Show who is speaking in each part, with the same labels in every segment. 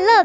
Speaker 1: 乐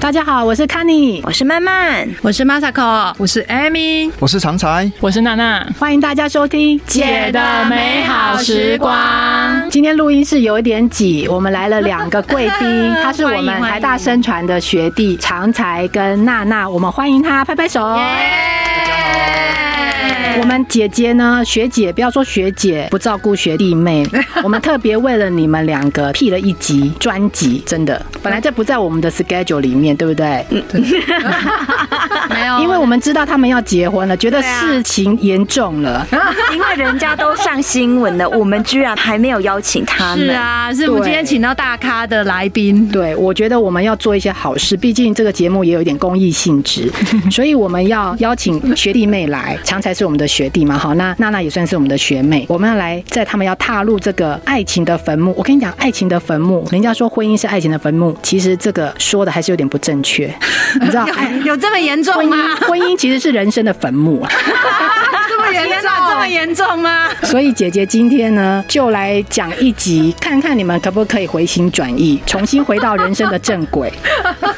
Speaker 2: 大家好，我是 c a n n y
Speaker 3: 我是曼曼，
Speaker 4: 啊我是 Masako，
Speaker 5: 我是 Amy，
Speaker 6: 我是常才，
Speaker 7: 我是娜娜。
Speaker 2: 欢迎大家收听《
Speaker 4: 姐的美好时光》。
Speaker 2: 今天录音室有一点挤，我们来了两个贵 宾，他是我们台大生传的学弟常才跟娜娜，我们欢迎他，拍拍手。
Speaker 4: 哎
Speaker 2: 我们姐姐呢，学姐不要说学姐不照顾学弟 妹，我们特别为了你们两个 P 了一集专辑，真的，本来这不在我们的 schedule 里面，对不对？
Speaker 4: 嗯没有，
Speaker 2: 因为我们知道他们要结婚了，觉得
Speaker 3: 对啊
Speaker 2: 事情严重了。
Speaker 3: 因为人家都上新闻了，我们居然还没有邀请他们。
Speaker 4: 是，啊，是我们
Speaker 2: 对
Speaker 4: 今天请到大咖的来宾，
Speaker 2: 对，我觉得我们要做一些好事，毕竟这个节目也有一点公益性质，所以我们要邀请学弟妹来，常才是我们的学弟嘛，好，那娜娜也算是我们的学妹，我们要来在他们要踏入这个爱情的坟墓。我跟你讲，爱情的坟墓，人家说婚姻是爱情的坟墓，其实这个说的还是有点不正确，你知道，爱
Speaker 4: 哎有这么严重
Speaker 2: 婚
Speaker 4: 吗？
Speaker 2: 姻婚姻其实是人生的坟墓啊。
Speaker 4: 这么严重？这么严重吗？
Speaker 2: 所以姐姐今天呢，就来讲一集，看看你们可不可以回心转意，重新回到人生的正轨。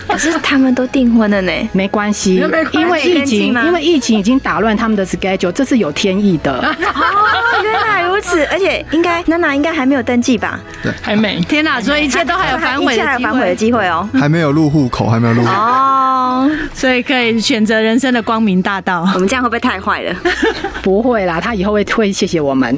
Speaker 3: 可是他们都订婚了呢。
Speaker 2: 没关系，
Speaker 4: 没关系
Speaker 2: 因为疫
Speaker 3: 先进
Speaker 2: 情，
Speaker 3: 吗
Speaker 2: 因为疫情已经打乱他们的 schedule，这是有天意 的。
Speaker 3: 哦，原来如此， 而且应该娜娜应该还没有登记吧？
Speaker 7: 还美，
Speaker 4: 天哪！所以一切都还有反悔
Speaker 3: 一切
Speaker 4: 的
Speaker 3: 还有
Speaker 4: 机
Speaker 3: 反悔的
Speaker 4: 会，
Speaker 3: 机会 哦。
Speaker 6: 还没有入户口，还没有入户口。
Speaker 3: 哦，
Speaker 4: 所以可以选择人生的光明大道。
Speaker 3: 我们这样会不会太 坏了？
Speaker 2: 不会啦，他以后会会谢谢我们。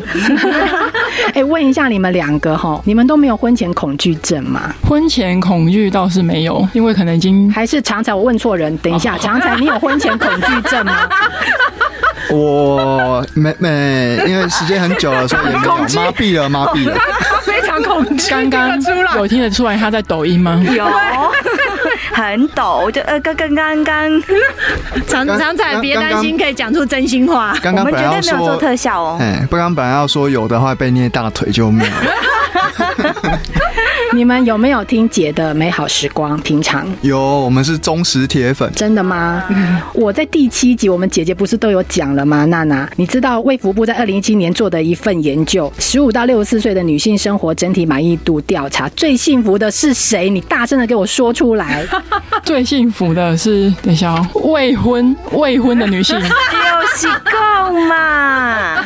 Speaker 2: 哎、问一下你们两个哈，你们都没有婚前恐惧症吗？
Speaker 7: 婚前恐惧倒是没有，因为可能已经
Speaker 2: 还是常才我问错人？等一
Speaker 4: 哦
Speaker 2: 下，常才你有婚前恐惧症 吗？
Speaker 6: 我没没，因为时间很久了，所以也 没有
Speaker 4: 恐惧
Speaker 6: 麻痹
Speaker 3: 哦
Speaker 6: 了，麻痹了。
Speaker 4: 非常恐惧
Speaker 7: 刚刚有听得出来他在抖音吗？
Speaker 3: 有， 很抖，我就呃刚刚刚刚，
Speaker 4: 常
Speaker 6: 刚
Speaker 4: 常仔，
Speaker 6: 刚
Speaker 4: 别担心，
Speaker 6: 刚
Speaker 4: 可以讲出真心话。
Speaker 6: 刚
Speaker 3: 我
Speaker 6: 刚
Speaker 3: 们
Speaker 6: 本
Speaker 3: 绝
Speaker 6: 来
Speaker 3: 对
Speaker 6: 要
Speaker 3: 没有做
Speaker 6: 说，
Speaker 3: 特效哦。
Speaker 6: 哎，不，刚本来要说有的话被捏大腿就没有 了。
Speaker 2: 你们有没有听姐的美好时光？平常
Speaker 6: 有，我们是忠实铁粉。
Speaker 2: 真的吗？我在第七集，我们姐姐不是都有讲了吗？娜娜，你知道卫福部在二零一七年做的一份研究，十五到六十四岁的女性生活整体满意度调查，最幸福的是谁？你大声的给我说出来！
Speaker 7: 最幸福的是，等一下哦，未婚未婚的女性，
Speaker 3: 又是够 嘛？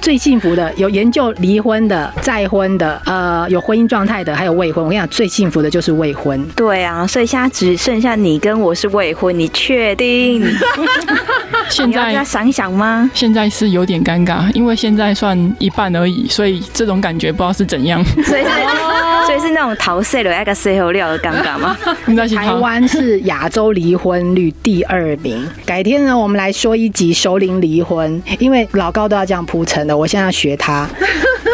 Speaker 2: 最幸福的有研究离婚的、再婚的，呃，有婚姻状态的，还有未婚。我跟你讲，最幸福的就是未婚。
Speaker 3: 对啊，所以现在只剩下你跟我是未婚，你确定？
Speaker 7: 现
Speaker 3: 你要再
Speaker 7: 在。
Speaker 3: 想一想吗？
Speaker 7: 现在是有点尴尬，因为现在算一半而已，所以这种感觉不知道是怎样。
Speaker 3: 所以是，
Speaker 5: 哦
Speaker 3: 所以是那种桃色的那个色后料的尴尬吗？
Speaker 7: 你在
Speaker 2: 台湾是亚洲离婚率第二名。改天呢，我们来说一集熟龄离婚，因为老高都要这样铺陈的，我现在要学他。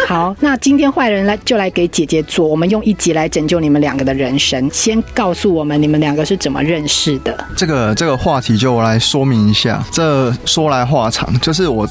Speaker 2: 好，那今天坏人来就来给姐姐做，我们用一集来拯救你们两个的人生。先告诉我们你们两个是怎么认识的。
Speaker 6: 这个这个话题就我来说明一下，这说来话长，就是我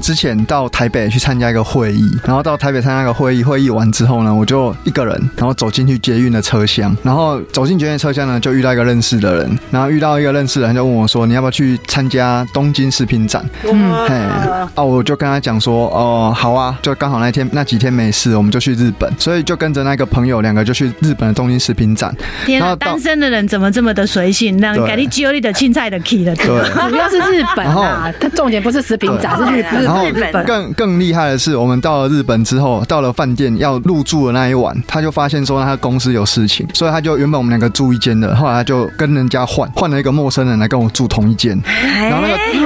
Speaker 6: 之前到台北去参加一个会议，然后到台北参加一个会议，会议完之后呢，我就一个人，然后走进去捷运的车厢，然后走进捷运车厢呢，就遇到一个认识的人，然后遇到一个认识的人就问我说，你要不要去参加东京食品展？嘿，啊，我就跟他讲说，哦，好啊，就刚好那天那几天没事，我们就去日本，所以就跟着那个朋友两个就去日本的东京食品展，
Speaker 4: 天
Speaker 6: 然
Speaker 4: 哪，
Speaker 6: 后到
Speaker 4: 单身的人怎么这么的随性？让
Speaker 6: 对
Speaker 4: 给你揪你的青菜的 key 了。
Speaker 6: 对。
Speaker 2: 主要是日本啊
Speaker 6: 然，
Speaker 2: 它重点不是食品展，是日本
Speaker 3: 对。
Speaker 6: 然后
Speaker 3: 日本
Speaker 6: 更更厉害的是，我们到了日本之后，到了饭店要入住的那一晚，他就发现说他公司有事情，所以他就原本我们两个住一间的，后来他就跟人家换，换了一个陌生人来跟我住同一间，然后那个嘿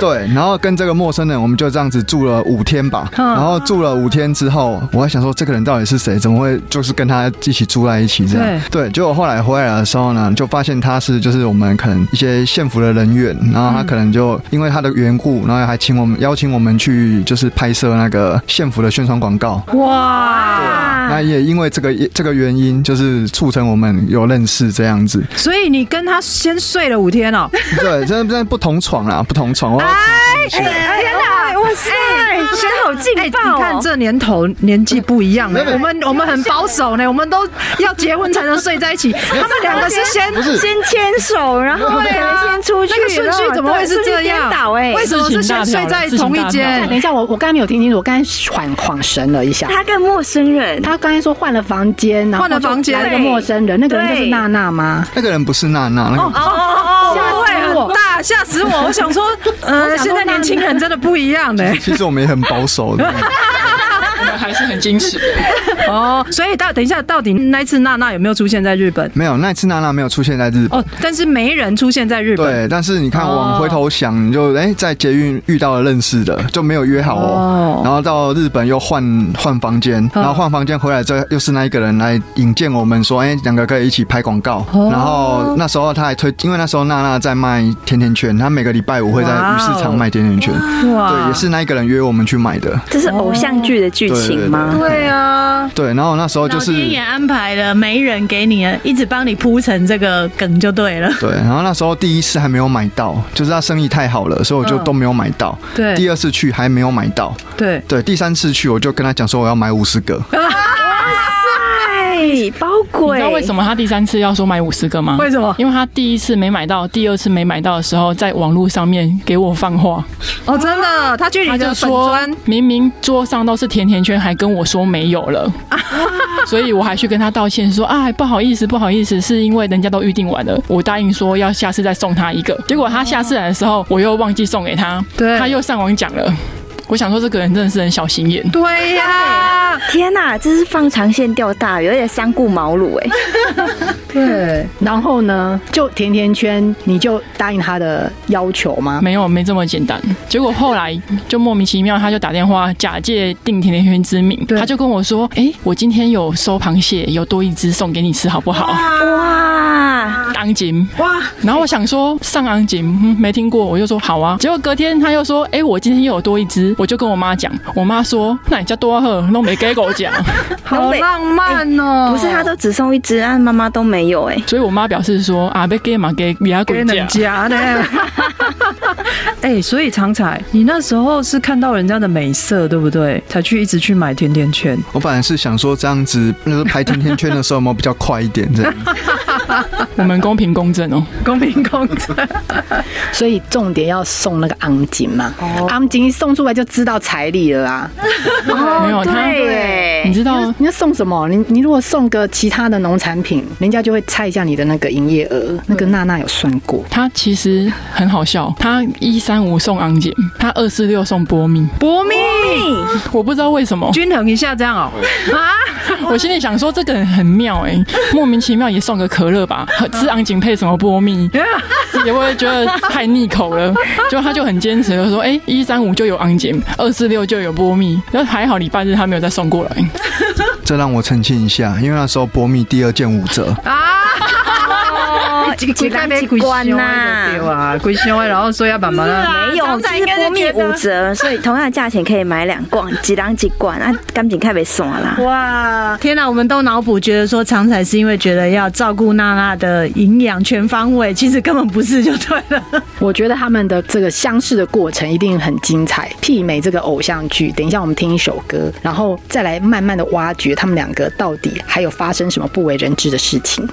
Speaker 6: 对，然后跟这个陌生人，我们就这样子住了五天吧。然后住了五天之后，我还想说这个人到底是谁，怎么会就是跟他一起住在一起这样？对，结果后来回来的时候呢，就发现他是就是我们可能一些县府的人员，然后他可能就因为他的缘故，然后还请我们邀请我们去就是拍摄那个县府的宣传广告。
Speaker 4: 哇！
Speaker 6: 那也因为这个这个原因，就是促成我们有认识这样子。
Speaker 5: 所以你跟他先睡了五天哦。
Speaker 6: 对，真的真的不同床啦，不同床。我要
Speaker 5: 哎，天哪！
Speaker 3: 劲
Speaker 5: 哎，
Speaker 3: 爆
Speaker 5: 你看
Speaker 3: 哦！
Speaker 5: 这年头年纪不一样了，欸
Speaker 6: 没有
Speaker 5: 我们我们很保守呢，我们都要结婚才能睡在 一起。他们两个是先
Speaker 6: 不是
Speaker 3: 先牵手，然后可
Speaker 5: 对啊
Speaker 3: 能先出去，哦
Speaker 5: 那个顺序怎么会是这样
Speaker 3: 然后对顺序颠倒哎、
Speaker 5: 为什么是先睡在同一
Speaker 2: 等一
Speaker 5: 间？
Speaker 2: 下，我我刚才没有听清楚，我刚才恍恍神了一下。
Speaker 3: 他跟陌生人，
Speaker 2: 他刚才说换了房间，然后
Speaker 5: 换了房间
Speaker 2: 就来了个陌生人，那个人就是
Speaker 3: 对
Speaker 2: 娜娜吗？
Speaker 6: 那个人不是娜娜，那个
Speaker 3: 哦哦
Speaker 2: 吓
Speaker 3: 哦，
Speaker 2: 死我！
Speaker 5: 大吓死我！我 想说，呃，现在年轻人真的不一样呢。欸
Speaker 6: 其实我们也很保守的。
Speaker 7: 我们还是很矜持的。
Speaker 5: 哦，所以到等一下，到底那一次娜娜有没有出现在日本？
Speaker 6: 没有，那一次娜娜没有出现在日本。
Speaker 5: 哦，但是没人出现在日本。
Speaker 6: 对，但是你看，往回头想，你就哎、在捷运遇到了认识的，就没有约好哦。然后到日本又换换房间，然后换房间回来之后，又是那一个人来引荐我们说，哎、两个可以一起拍广告。然后那时候他还推，因为那时候娜娜在卖甜甜圈，她每个礼拜五会在
Speaker 5: 哇哦
Speaker 6: 鱼市场卖甜甜圈。对，也是那一个人约我们去买的。
Speaker 3: 这是偶像剧的剧情吗？
Speaker 6: 哦
Speaker 5: 对啊，
Speaker 6: 对，然后那时候就
Speaker 4: 老
Speaker 6: 是
Speaker 4: 天也安排了媒人给你了，一直帮你铺成这个梗就对了。
Speaker 6: 对，然后那时候第一次还没有买到，就是他生意太好了，所以我就都没有买到。
Speaker 5: 对
Speaker 6: 第二次去还没有买到，
Speaker 5: 对，
Speaker 6: 对，第三次去我就跟他讲说我要买五十个，
Speaker 3: 哎，包
Speaker 7: 你
Speaker 3: 鬼
Speaker 7: 知道！为什么他第三次要说买五十个吗？
Speaker 5: 为什么
Speaker 7: 因为他第一次没买到，第二次没买到的时候，在网络上面给我放话，
Speaker 5: 哦，真的，他去你
Speaker 7: 他就
Speaker 5: 的粉
Speaker 7: 说
Speaker 5: 砖，
Speaker 7: 明明桌上都是甜甜圈，还跟我说没有 了，所以我还去跟他道歉说啊不好意思不好意思，是因为人家都预定完了，我答应说要下次再送他一个，结果他下次来的时候我又忘记送给他，
Speaker 5: 对
Speaker 7: 他又上网讲了。我想说，这个人真的是很小心眼。
Speaker 5: 对呀，
Speaker 3: 天哪、这是放长线钓大鱼，而且三顾茅庐哎、
Speaker 5: 对，
Speaker 2: 然后呢，就甜甜圈，你就答应他的要求吗？
Speaker 7: 没有，没这么简单。结果后来就莫名其妙，他就打电话假借订甜甜圈之名，
Speaker 5: 对
Speaker 7: 他就跟我说：“哎、我今天有收螃蟹，有多一只送给你吃，好不好
Speaker 3: 哇，？”
Speaker 7: 昂金
Speaker 5: 哇，
Speaker 7: 然后我想说上昂金、嗯，没听过，我就说好啊。结果隔天他又说：“哎、我今天又有多一只。”我就跟我妈讲，我妈说：“那你叫多喝，都没给狗啊讲。
Speaker 5: 好
Speaker 4: 哎
Speaker 5: 浪漫哦，
Speaker 3: 不是他都只送一只，啊，妈妈都没有哎、”
Speaker 7: 所以我妈表示说：“啊，被给嘛给给他狗
Speaker 5: 给人
Speaker 7: 讲。”
Speaker 5: 家的。 哎，所以常彩，你那时候是看到人家的美色，对不对？才去一直去买甜甜圈。
Speaker 6: 我本来是想说这样子，就是排甜甜圈的时候有没有比较快一点这样。
Speaker 7: 我们公平公正哦、
Speaker 5: 公平公正，
Speaker 2: 所以重点要送那个昂金嘛，
Speaker 3: 哦
Speaker 2: 昂金一送出来就知道财力了啊。
Speaker 7: 没有他，
Speaker 3: 对
Speaker 7: 你
Speaker 3: 耶，
Speaker 7: 知道
Speaker 2: 你要送什么？你你如果送个其他的农产品，人家就会猜一下你的那个营业额。那个娜娜有算过，
Speaker 7: 他其实很好笑，他一三五送昂姐，他二四六送波米，
Speaker 5: 博命
Speaker 7: 我不知道为什么，
Speaker 5: 均衡一下，这样哦。啊，
Speaker 7: 我心里想说这个人很妙哎、莫名其妙也送个可乐吧，吃昂景配什么波米，也不会觉得太腻口了。就他就很坚持的说，哎、一三五就有昂景，二四六就有波米，然后还好礼拜日他没有再送过来，
Speaker 6: 这让我澄清一下，因为那时候波蜜第二件五折，
Speaker 3: 啊 哦，
Speaker 5: 几盖杯
Speaker 3: 几关呐、啊
Speaker 5: 对啊，龟胸然后说要把妈妈
Speaker 3: 没有，这是波蜜五折，所 以同样的价钱可以买两罐，几人几罐啊，赶紧开被送啦。
Speaker 4: 哇，天哪、我们都脑补觉得说常彩是因为觉得要照顾娜娜的营养全方位，其实根本不是就对了。
Speaker 2: 我觉得他们的这个相识的过程一定很精彩，媲美这个偶像剧。等一下我们听一首歌，然后再来慢慢的挖掘他们两个到底还有发生什么不为人知的事情。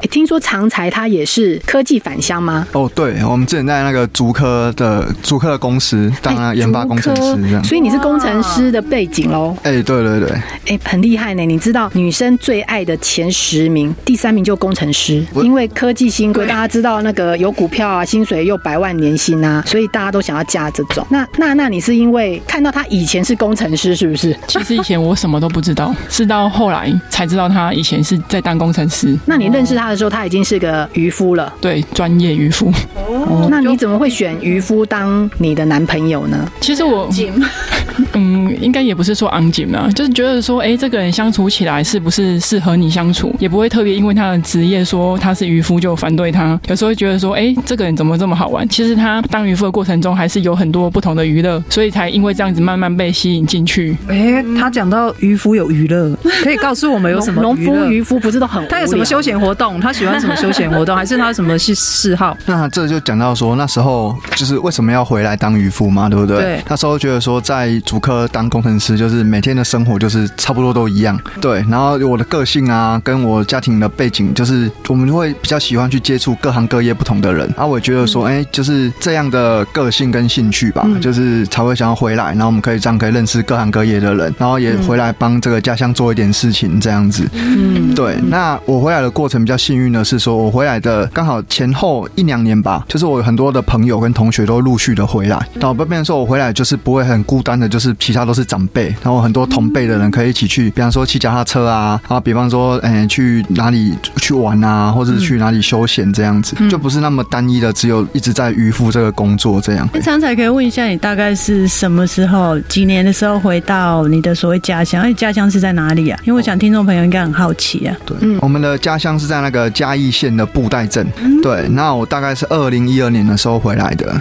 Speaker 2: 诶听说常才他也是科技返乡吗？
Speaker 6: 哦，对，我们之前在那个竹科的竹科的公司当那个研发啊工程师这样。
Speaker 2: 所以你是工程师的背景喽？
Speaker 6: 哎、对对对，
Speaker 2: 哎、很厉害呢！你知道女生最爱的前十名，第三名就工程师，
Speaker 6: 我
Speaker 2: 因为科技新规，大家知道那个有股票啊，薪水又百万年薪啊，所以大家都想要嫁这种。那那那你是因为看到他以前是工程师，是不是？
Speaker 7: 其实以前我什么都不知道，是到后来才知道他以前是在当工程师，
Speaker 2: 那你认识他的时候，他已经是个渔夫了。
Speaker 7: 对，专业渔夫。
Speaker 5: 哦
Speaker 2: 那你怎么会选渔夫当你的男朋友呢？
Speaker 7: 其实我， 嗯，应该也不是说昂紧啦，就是觉得说，哎、这个人相处起来是不是适合你相处，也不会特别因为他的职业说他是渔夫就反对他。有时候会觉得说，哎、这个人怎么这么好玩？其实他当渔夫的过程中，还是有很多不同的娱乐，所以才因为这样子慢慢被吸引进去。
Speaker 5: 哎，他讲到渔夫有娱乐，可以告诉我们有什么
Speaker 2: 农
Speaker 5: 娱乐
Speaker 2: 夫、渔夫不是都很无聊
Speaker 5: 他有什么休闲活动？他喜欢什么休闲 活动？还是他有什么是嗜好？
Speaker 6: 那这就讲到说，那时候就是为什么要回来当渔夫嘛，对不对？
Speaker 5: 对
Speaker 6: 那时候觉得说，在主科当工程师，就是每天的生活就是差不多都一样。对，然后我的个性啊，跟我家庭的背景，就是我们会比较喜欢去接触各行各业不同的人。啊，我也觉得说，哎、就是这样的个性跟兴趣吧，就是才会想要回来，然后我们可以这样可以认识各行各业的人，然后也回来帮这个家乡做一点事情，这样子。
Speaker 2: 嗯
Speaker 6: 对，那我回来的过程比较幸运的是说，我回来的刚好前后一两年吧，就是我有很多的朋友跟同学都陆续的回来，然后变成说我回来就是不会很孤单的，就是其他都是长辈，然后很多同辈的人可以一起去，比方说骑脚踏车啊，啊，比方说嗯、去哪里去玩啊，或者是去哪里休闲这样子，就不是那么单一的，只有一直在渔夫这个工作这样。
Speaker 4: 那常才可以问一下，你大概是什么时候、几年的时候回到你的所谓家乡？哎，家乡是在哪里啊？因为我想听众朋友应该很好奇啊。
Speaker 6: 对，我们的家乡是在那个嘉义县的布袋镇。对，那我大概是二零一二年的时候回来的。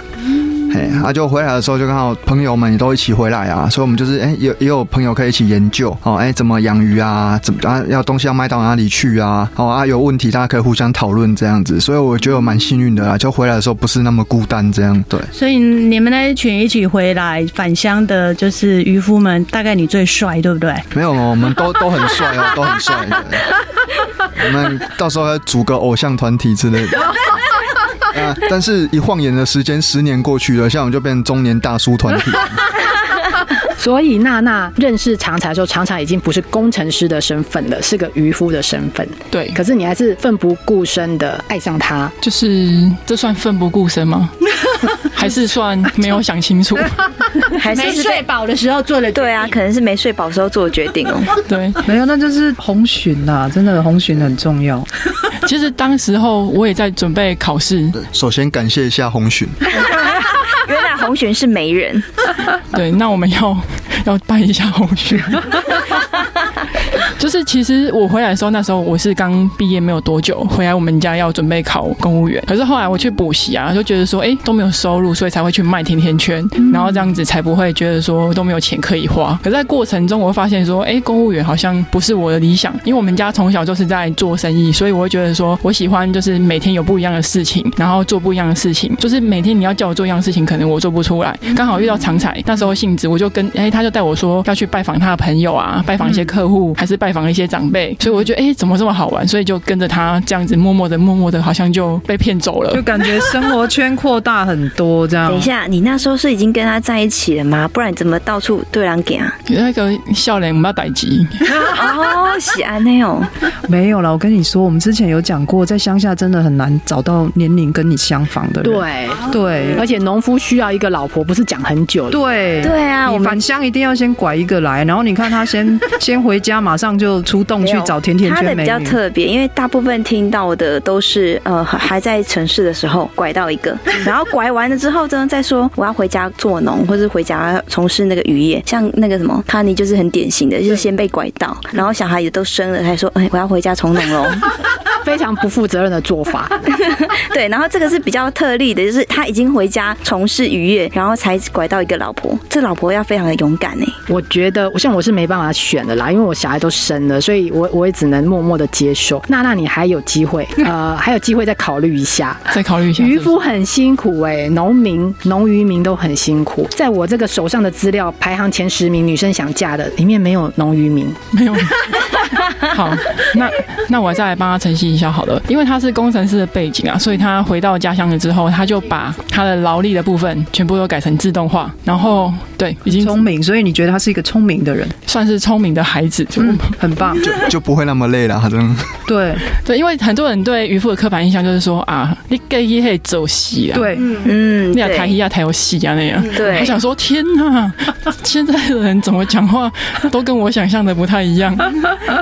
Speaker 6: 嘿，他、就回来的时候就刚好朋友们也都一起回来啊，所以我们就是哎、也也有朋友可以一起研究哦，哎、怎么养鱼啊，怎么啊要东西要卖到哪里去啊，哦啊有问题大家可以互相讨论这样子，所以我觉得我蛮幸运的啦，就回来的时候不是那么孤单这样。对，
Speaker 4: 所以你们那一群一起回来返乡的，就是渔夫们，大概你最帅，对不对？
Speaker 6: 没有，我们都 都很帅哦，都很帅的。我们到时候要组个偶像团体之类的。啊！但是，一晃眼的时间，十年过去了，像我们就变成中年大叔团体。
Speaker 2: 所以娜娜认识常才的时候，常常已经不是工程师的身份了，是个渔夫的身份。
Speaker 7: 对，
Speaker 2: 可是你还是奋不顾身的爱上他，
Speaker 7: 就是这算奋不顾身吗？还是算没有想清楚？
Speaker 3: 还是是被
Speaker 4: 饱的时候做了
Speaker 3: 对啊，可能是没睡饱时候做的决定 哦。
Speaker 7: 对，
Speaker 5: 没有，那就是红鲟啦，真的红鲟很重要。
Speaker 7: 其实当时候我也在准备考试，
Speaker 6: 首先感谢一下红鲟，
Speaker 3: 原来红鲟是媒人，
Speaker 7: 对，那我们要要拜一下红鲟。就是其实我回来的时候，那时候我是刚毕业没有多久，回来我们家要准备考公务员。可是后来我去补习啊，就觉得说，哎、都没有收入，所以才会去卖甜甜圈，然后这样子才不会觉得说都没有钱可以花。可在过程中，我会发现说，哎、公务员好像不是我的理想，因为我们家从小就是在做生意，所以我会觉得说我喜欢就是每天有不一样的事情，然后做不一样的事情。就是每天你要叫我做一样的事情，可能我做不出来。刚好遇到常彩，那时候性质我就跟哎、他就带我说要去拜访他的朋友啊，拜访一些客户，还是拜访一些长辈，所以我就觉得哎、怎么这么好玩，所以就跟着他这样子默默的默默的，好像就被骗走了
Speaker 5: 就。感觉生活圈扩大很多，这
Speaker 4: 嗯
Speaker 5: 样。
Speaker 3: 等一，下，你那时候是已经跟他在一起了吗？不然你怎么到处对狼 给啊？
Speaker 7: 那个笑脸不要逮急，
Speaker 3: 哦，喜安那哦，
Speaker 5: 没有啦，我跟你说，我们之前有讲过，在乡下真的很难找到年龄跟你相仿的人。
Speaker 2: 对，
Speaker 5: 对
Speaker 2: 而且农夫需要一个老婆，不是讲很久的。
Speaker 5: 对
Speaker 3: 对啊，我
Speaker 5: 你
Speaker 3: 们
Speaker 5: 返乡一定要先拐一个来，然后你看 他先先回家，马上就出动去找甜甜
Speaker 3: 他的
Speaker 5: 圈美
Speaker 3: 比较
Speaker 5: 女。
Speaker 3: 特别，因为大部分听到的都是呃还在城市的时候拐到一 个，然后拐完了之后真的再说我要回家做农，或是回家从事那个渔业。像那个什么康妮就是很典型的，就是先被拐到，
Speaker 5: 嗯
Speaker 3: 然后小孩也都生了，才说哎我要回家从农 喽。
Speaker 2: 非常不负责任的做法。
Speaker 3: 对，然后这个是比较特例的，就是他已经回家从事渔业，然后才拐到一个老婆，这老婆要非常的勇敢呢。欸
Speaker 2: 我觉得，像我是没办法选的啦，因为我小孩都生了，所以我我也只能默默的接受。娜娜，你还有机 会，呃，还有机会再考虑一下。
Speaker 7: 再考虑一下。
Speaker 2: 渔夫很辛苦哎、农民、农渔民都很辛苦。在我这个手上的资料排行前十名，女生想嫁的里面没有农渔民，
Speaker 7: 没 有。好，那那我再来帮他晨析一下好了，因为他是工程师的背景啊，所以他回到家乡了之后，他就把他的劳力的部分全部都改成自动化，然后对，已经
Speaker 5: 聪明，所以你觉得他是一个聪明的人，嗯
Speaker 7: 算是聪明的孩子。
Speaker 3: 嗯
Speaker 7: 就
Speaker 5: 很棒。
Speaker 6: 就就不会那么累了，真的。
Speaker 5: 对
Speaker 7: 对，因为很多人对渔夫的刻板印象就是说啊，你 gay 也可以走戏啊，，
Speaker 5: 对，
Speaker 3: 嗯，
Speaker 7: 你要台
Speaker 3: 对
Speaker 7: 戏啊，台有戏啊那样。
Speaker 3: 对
Speaker 7: 我，想说，天 哪！现在的人怎么讲话都跟我想象的不太一样。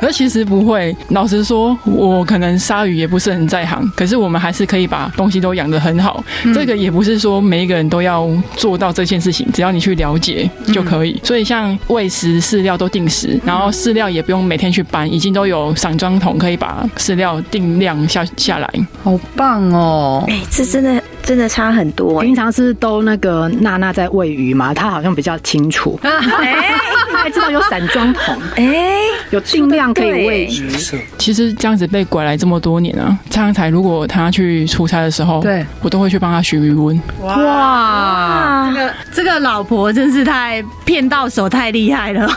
Speaker 7: 而其实不会。老实说，我可能鲨鱼也不是很在行，可是我们还是可以把东西都养得很好。这个也不是说每一个人都要做到这件事情，只要你去了解就可以。所以像喂食、饲料都定时，然后饲料也不用每天去搬，已经都有散装桶可以把饲料定量下下来。
Speaker 5: 好棒哦！
Speaker 3: 哎、这真的真的差很多、哎
Speaker 5: 嗯
Speaker 2: 平常是都那个娜娜在喂鱼嘛，她好像比较清 楚，
Speaker 5: 哎
Speaker 2: 她还知道有散装桶，
Speaker 3: 哎、
Speaker 2: 有定量可以喂
Speaker 3: 说
Speaker 2: 鱼。
Speaker 7: 其实这样子被拐来这么多年啊，张才如果他去出差的时候，
Speaker 5: 对
Speaker 7: 我都会去帮他许余温。
Speaker 4: 哇，这
Speaker 3: 哇
Speaker 4: 个这个老婆真是太骗到手，太厉害了。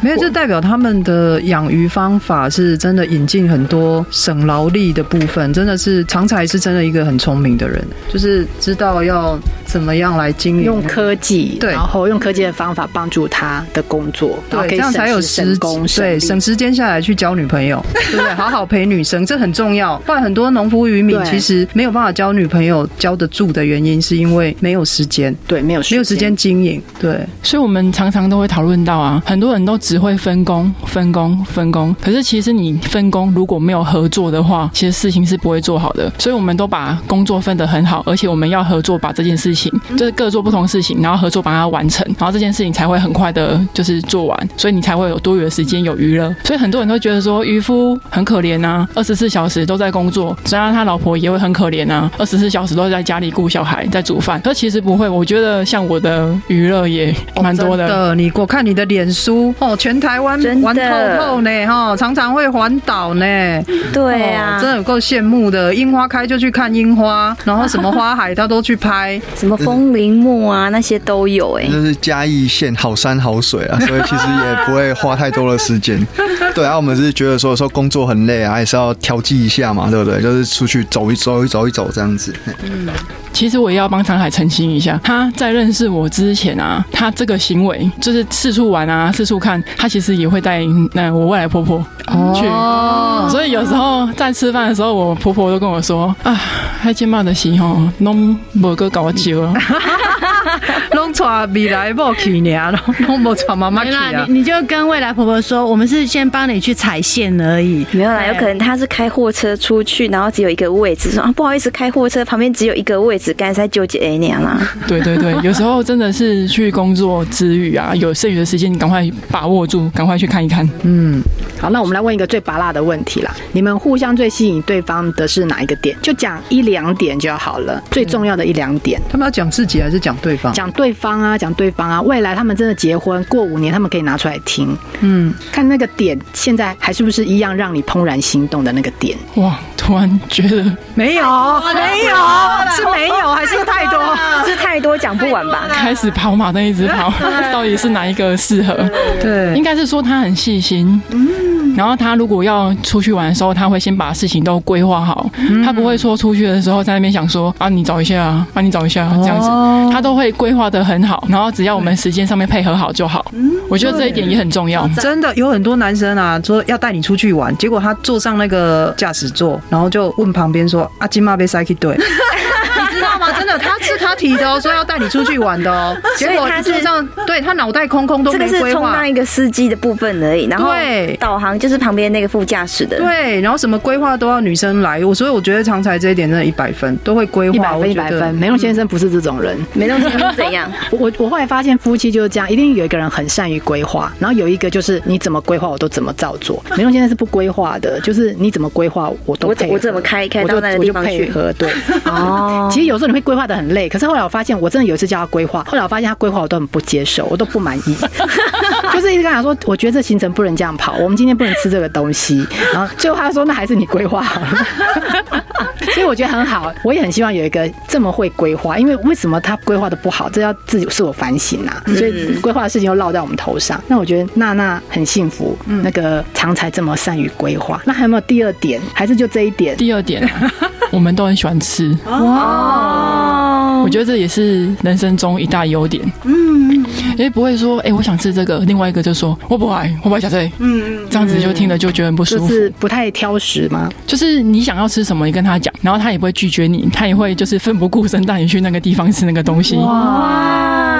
Speaker 5: 没有，就代表他们的养鱼方法是真的引进很多省劳力的部分，真的是常才是真的一个很聪明的人，就是知道要怎么样来经营
Speaker 2: 用科技，
Speaker 5: 对
Speaker 2: 然后用科技的方法帮助他的工作，然后可
Speaker 5: 对，这
Speaker 2: 以
Speaker 5: 样才有
Speaker 2: 省时省
Speaker 5: 时
Speaker 2: 工省
Speaker 5: 对省
Speaker 2: 力。
Speaker 5: 时间下来去交女朋友，对不对？好好陪女生，这很重要。不然很多农夫渔民
Speaker 2: 对
Speaker 5: 其实没有办法交女朋友、交得住的原因，是因为没有时间，
Speaker 2: 对，没有
Speaker 5: 没有时间经营。对，
Speaker 7: 所以我们常常都会讨论到啊，很多人都只会分工、分工、分工。可是其实你分工如果没有合作的话，其实事情是不会做好的。所以我们都把工作分得很好，而且我们要合作把这件事情，就是各做不同事情，然后合作把它完成，然后这件事情才会很快的，就是做完。所以你才会有多余的时间有娱乐。所以很多人都觉得说渔夫很可怜啊，二十四小时都在工作，虽然他老婆也会很可怜啊，二十四小时都在家里顾小孩，在煮饭。可其实不会，我觉得像我的娱乐也哦蛮多的。
Speaker 5: 哦真你我看你的脸书哦，全台湾
Speaker 3: 真的
Speaker 5: 玩透透呢，哈、常常会环岛呢，
Speaker 3: 对啊
Speaker 5: 哦，真的有够羡慕的。樱花开就去看樱花，然后什么花海他都去拍，
Speaker 3: 什么风铃木啊那些都有哎、
Speaker 5: 嗯
Speaker 6: 就是嘉义县好山好水啊，所以其实也不会花太多的时间。对啊，我们是觉得说有时候工作很累啊，还是要调剂一下嘛，对不对？就是出去走一走，一走一走这样子。
Speaker 7: 其实我也要帮常海澄清一下，他在认识我之前啊，他这个行为就是四处玩啊，四处看，他其实也会带那、我未来婆婆去。
Speaker 5: 哦
Speaker 7: 所以有时候在吃饭的时候，我婆婆都跟我说啊，还肩膀的戏吼，弄某个搞酒了。
Speaker 5: 拢带未来某去呢，拢无带妈妈
Speaker 4: 没
Speaker 5: 去
Speaker 4: 啦，
Speaker 5: 啊。
Speaker 4: 你你就跟未来婆婆说，我们是先帮你去踩线而已。
Speaker 3: 没有啦，有可能他是开货车出去，然后只有一个位置，说啊不好意思，开货车旁边只有一个位置，刚才在纠结 A 娘啦。
Speaker 7: 对对对，有时候真的是去工作之余啊，有剩余的时间，你赶快把握住，赶快去看一看。
Speaker 2: 好，那我们来问一个最拔辣的问题啦，你们互相最吸引对方的是哪一个点？就讲一两点就好了，最重要的一两点。
Speaker 5: 他们要讲自己还是讲对方？
Speaker 2: 讲对方啊，讲对方啊，未来他们真的结婚过五年，他们可以拿出来听，嗯，看那个点现在还是不是一样让你怦然心动的那个点？
Speaker 7: 哇，突然觉得
Speaker 5: 没有，没有，是没有还是太多？
Speaker 3: 是太多讲不完吧？
Speaker 7: 开始跑马灯一直跑，到底是哪一个适合？
Speaker 5: 对
Speaker 7: 应，该是说他很细心，然后他如果要出去玩的时候，他会先把事情都规划好，他不会说出去的时候在那边想说啊你找一下啊，啊你找一下啊这样子，他都会规划的很好，然后只要我们时间上面配合好就好，我觉得这一点也很重要。
Speaker 5: 真的有很多男生啊，说要带你出去玩，结果他坐上那个驾驶座，然后就问旁边说：“啊阿金妈被塞去对。”你知道吗？真的，他是他提的哦，说要带你出去玩的哦。结
Speaker 3: 所以
Speaker 5: 果
Speaker 3: 他
Speaker 5: 一
Speaker 3: 是
Speaker 5: 坐上，对他脑袋空空都
Speaker 3: 这
Speaker 5: 没
Speaker 3: 个是
Speaker 5: 规
Speaker 3: 充
Speaker 5: 划
Speaker 3: 当。一个司机的部分而已，然后
Speaker 5: 对
Speaker 3: 导航就是旁边那个副驾驶的。
Speaker 5: 对，然后什么规划都要女生来，我所以我觉得常才这一点真的一百分，都会规
Speaker 2: 一
Speaker 5: 划，
Speaker 2: 百
Speaker 5: 我
Speaker 2: 分，一
Speaker 5: 觉
Speaker 2: 百
Speaker 5: 得
Speaker 3: 嗯
Speaker 2: 分。梅隆先生不是这种人，
Speaker 3: 没弄清楚是怎 样，
Speaker 2: 我我后来发现夫妻就是这样，一定有一个人很善于规划，然后有一个就是你怎么规划我都怎么照 做。梅隆先生是不规划的，就是你怎么规划我都
Speaker 3: 我
Speaker 2: 配合
Speaker 3: 我怎么开开
Speaker 2: 我就
Speaker 3: 到那个地方
Speaker 2: 我就
Speaker 3: 去
Speaker 2: 配合对。
Speaker 3: 哦
Speaker 2: 其实有时候你会规划的很累，可是后来我发现，我真的有一次叫他规划，后来我发现他规划我都很不接受，我都不满意， 就是一直跟他说，我觉得这行程不能这样跑，我们今天不能吃这个东西。然后最后他说，那还是你规划好了。 所以我觉得很好，我也很希望有一个这么会规划，因为为什么他规划的不好，这要自己自我反省啊。所以规划的事情又落在我们头上。那我觉得娜娜很幸福，那个常才这么善于规划。那还有没有第二点？还是就这一点？
Speaker 7: 第二点、啊，我们都很喜欢吃，
Speaker 3: 哦
Speaker 7: 我，觉得这也是人生中一大优点。嗯，因为不会说哎、我想吃这个，另外一个就说我不爱，我不爱吃这个，嗯，这样子就听了就觉得很不舒
Speaker 2: 就
Speaker 7: 服。
Speaker 2: 是不太挑食吗？
Speaker 7: 就是你想要吃什么，你跟他讲，然后他也不会拒绝你，他也会就是奋不顾身带你去那个地方吃那个东西。
Speaker 2: 哇，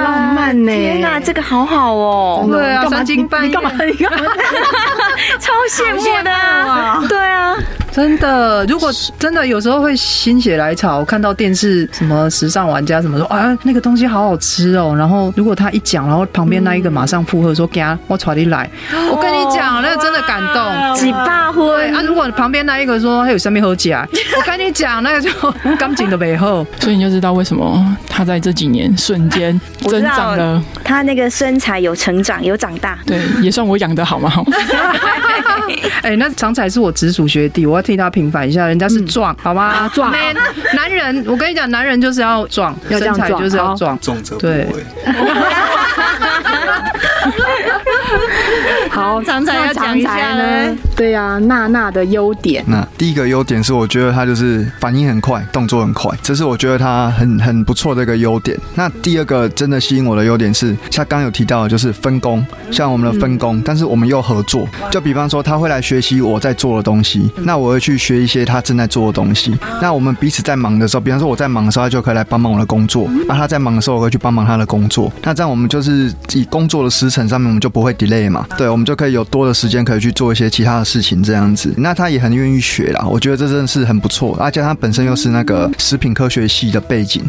Speaker 2: 浪漫饭呢、
Speaker 3: 哦天哪，这个好好哦，
Speaker 5: 对啊，
Speaker 2: 干嘛
Speaker 5: 三更半
Speaker 2: 你
Speaker 5: 夜
Speaker 2: 干嘛？你干嘛？
Speaker 3: 超羡慕的啊，对啊，
Speaker 5: 真的，如果真的有时候会心血来潮，看到电视什么时尚玩家什么说啊，那个东西好好吃哦。然后如果他一讲，然后旁边那一个马上附和说：“给啊，我传你来。”我跟你讲，那个真的感动。
Speaker 3: 几大
Speaker 5: 对
Speaker 3: 婚
Speaker 5: 啊，如果旁边那一个说还有上面喝假，我跟你讲，那个就 感情的背后，
Speaker 7: 所以你就知道为什么他在这几年瞬间
Speaker 3: 我知
Speaker 7: 增
Speaker 3: 道
Speaker 7: 长了。
Speaker 3: 他那个身材有成长，有长大，
Speaker 7: 对，也算我养的好嘛。
Speaker 5: 哎、那常彩是我直属学弟，我要替他平反一下，人家是壮，好 吗？
Speaker 2: 壮
Speaker 5: Man，男人，我跟你讲，男人就是要壮，
Speaker 2: 要这
Speaker 5: 身
Speaker 2: 样
Speaker 5: 材
Speaker 2: 壮
Speaker 5: 就是要
Speaker 2: 好
Speaker 5: 壮，
Speaker 8: 重则不
Speaker 5: 对
Speaker 8: 为。
Speaker 2: 好，
Speaker 1: 常常要
Speaker 2: 那
Speaker 1: 讲一下
Speaker 2: 常
Speaker 1: 嘞
Speaker 2: 呢。对啊，娜娜的优点。
Speaker 6: 那第一个优点是，我觉得他就是反应很快，动作很快，这是我觉得他很很不错的一个优点。那第二个真的吸引我的优点是，像刚刚有提到的，就是分工，像我们的分工，但是我们又合作。就比方说，他会来学习我在做的东西，那我会去学一些他正在做的东西。那我们彼此在忙的时候，比方说我在忙的时候，他就可以来帮忙我的工作；那他在忙的时候，我会去帮忙他的工作。那这样我们就是以工作的时程上面，我们就不会 delay 嘛，对，我们就可以有多的时间可以去做一些其他的事情，这样子。那他也很愿意学啦，我觉得这真的是很不错。而且他本身又是那个食品科学系的背景，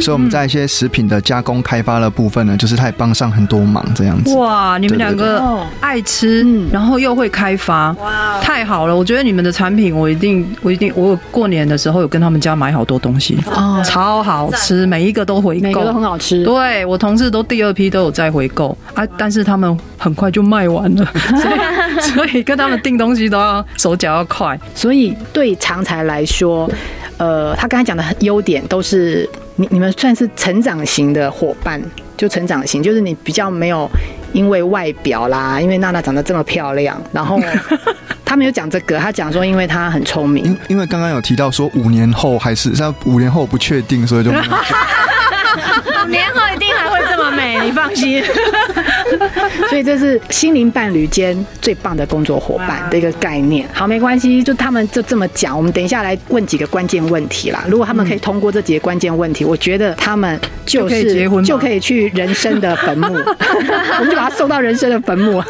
Speaker 6: 所以我们在一些食品的加工开发的部分呢，就是他也帮上很多忙，这样子。
Speaker 5: 哇，你们两
Speaker 2: 对对
Speaker 5: 个
Speaker 2: 对
Speaker 5: 爱吃，
Speaker 2: 嗯哦
Speaker 5: 然后又会开发，太好了！我觉得你们的产品，我一定，我一定，我有过年的时候有跟他们家买好多东西，
Speaker 2: 哦
Speaker 5: 超好吃，每一个都回
Speaker 2: 每个都
Speaker 5: 购
Speaker 2: 很。好吃。
Speaker 5: 对我同事都第二批都有在回购啊，但是他们很快就卖完 了，所以所以跟他们订东西都要手脚要快。
Speaker 2: 所以对常才来说，呃，他刚才讲的优点都是你你们算是成长型的伙伴，就成长型，就是你比较没有因为外表啦，因为娜娜长得这么漂亮，然 后他没有讲这个，他讲说因为她很聪明
Speaker 6: 因。因为刚刚有提到说五年后还是像五年后不确定，所以就没有讲。
Speaker 3: 五年后一定还会这么美，你放心。
Speaker 2: 所以这是心灵伴侣间最棒的工作伙伴的一个概念。好，没关系，就他们就这么讲。我们等一下来问几个关键问题
Speaker 5: 嗯
Speaker 2: 啦。如果他们可以通过这几个关键问题，我觉得他们就
Speaker 5: 就可
Speaker 2: 是
Speaker 5: 以结婚吗
Speaker 2: 就可以去人生的坟墓， 我们就把他送到人生的坟 墓。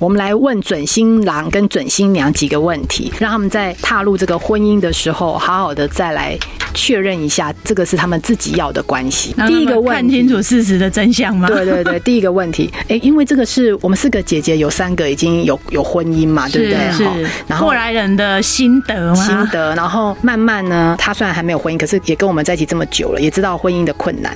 Speaker 2: 我们来问准新郎跟准新娘几个问题，让他们在踏入这个婚姻的时候，好好的再来确认一下，这个是他们自己要的关系
Speaker 4: 让。他们
Speaker 2: 第一个问题，
Speaker 4: 看清楚事实的真相 吗？
Speaker 2: 对对对，第一个问题，哎、因为这个是我们四个姐姐有三个已经有有婚姻嘛，对不对？
Speaker 4: 是
Speaker 2: 好
Speaker 4: 是，
Speaker 2: 然后
Speaker 4: 过。来人的心得
Speaker 2: 心
Speaker 4: 吗？
Speaker 2: 得，然后慢慢呢，她虽然还没有婚姻，可是也跟我们在一起这么久了，也知道婚姻的困难，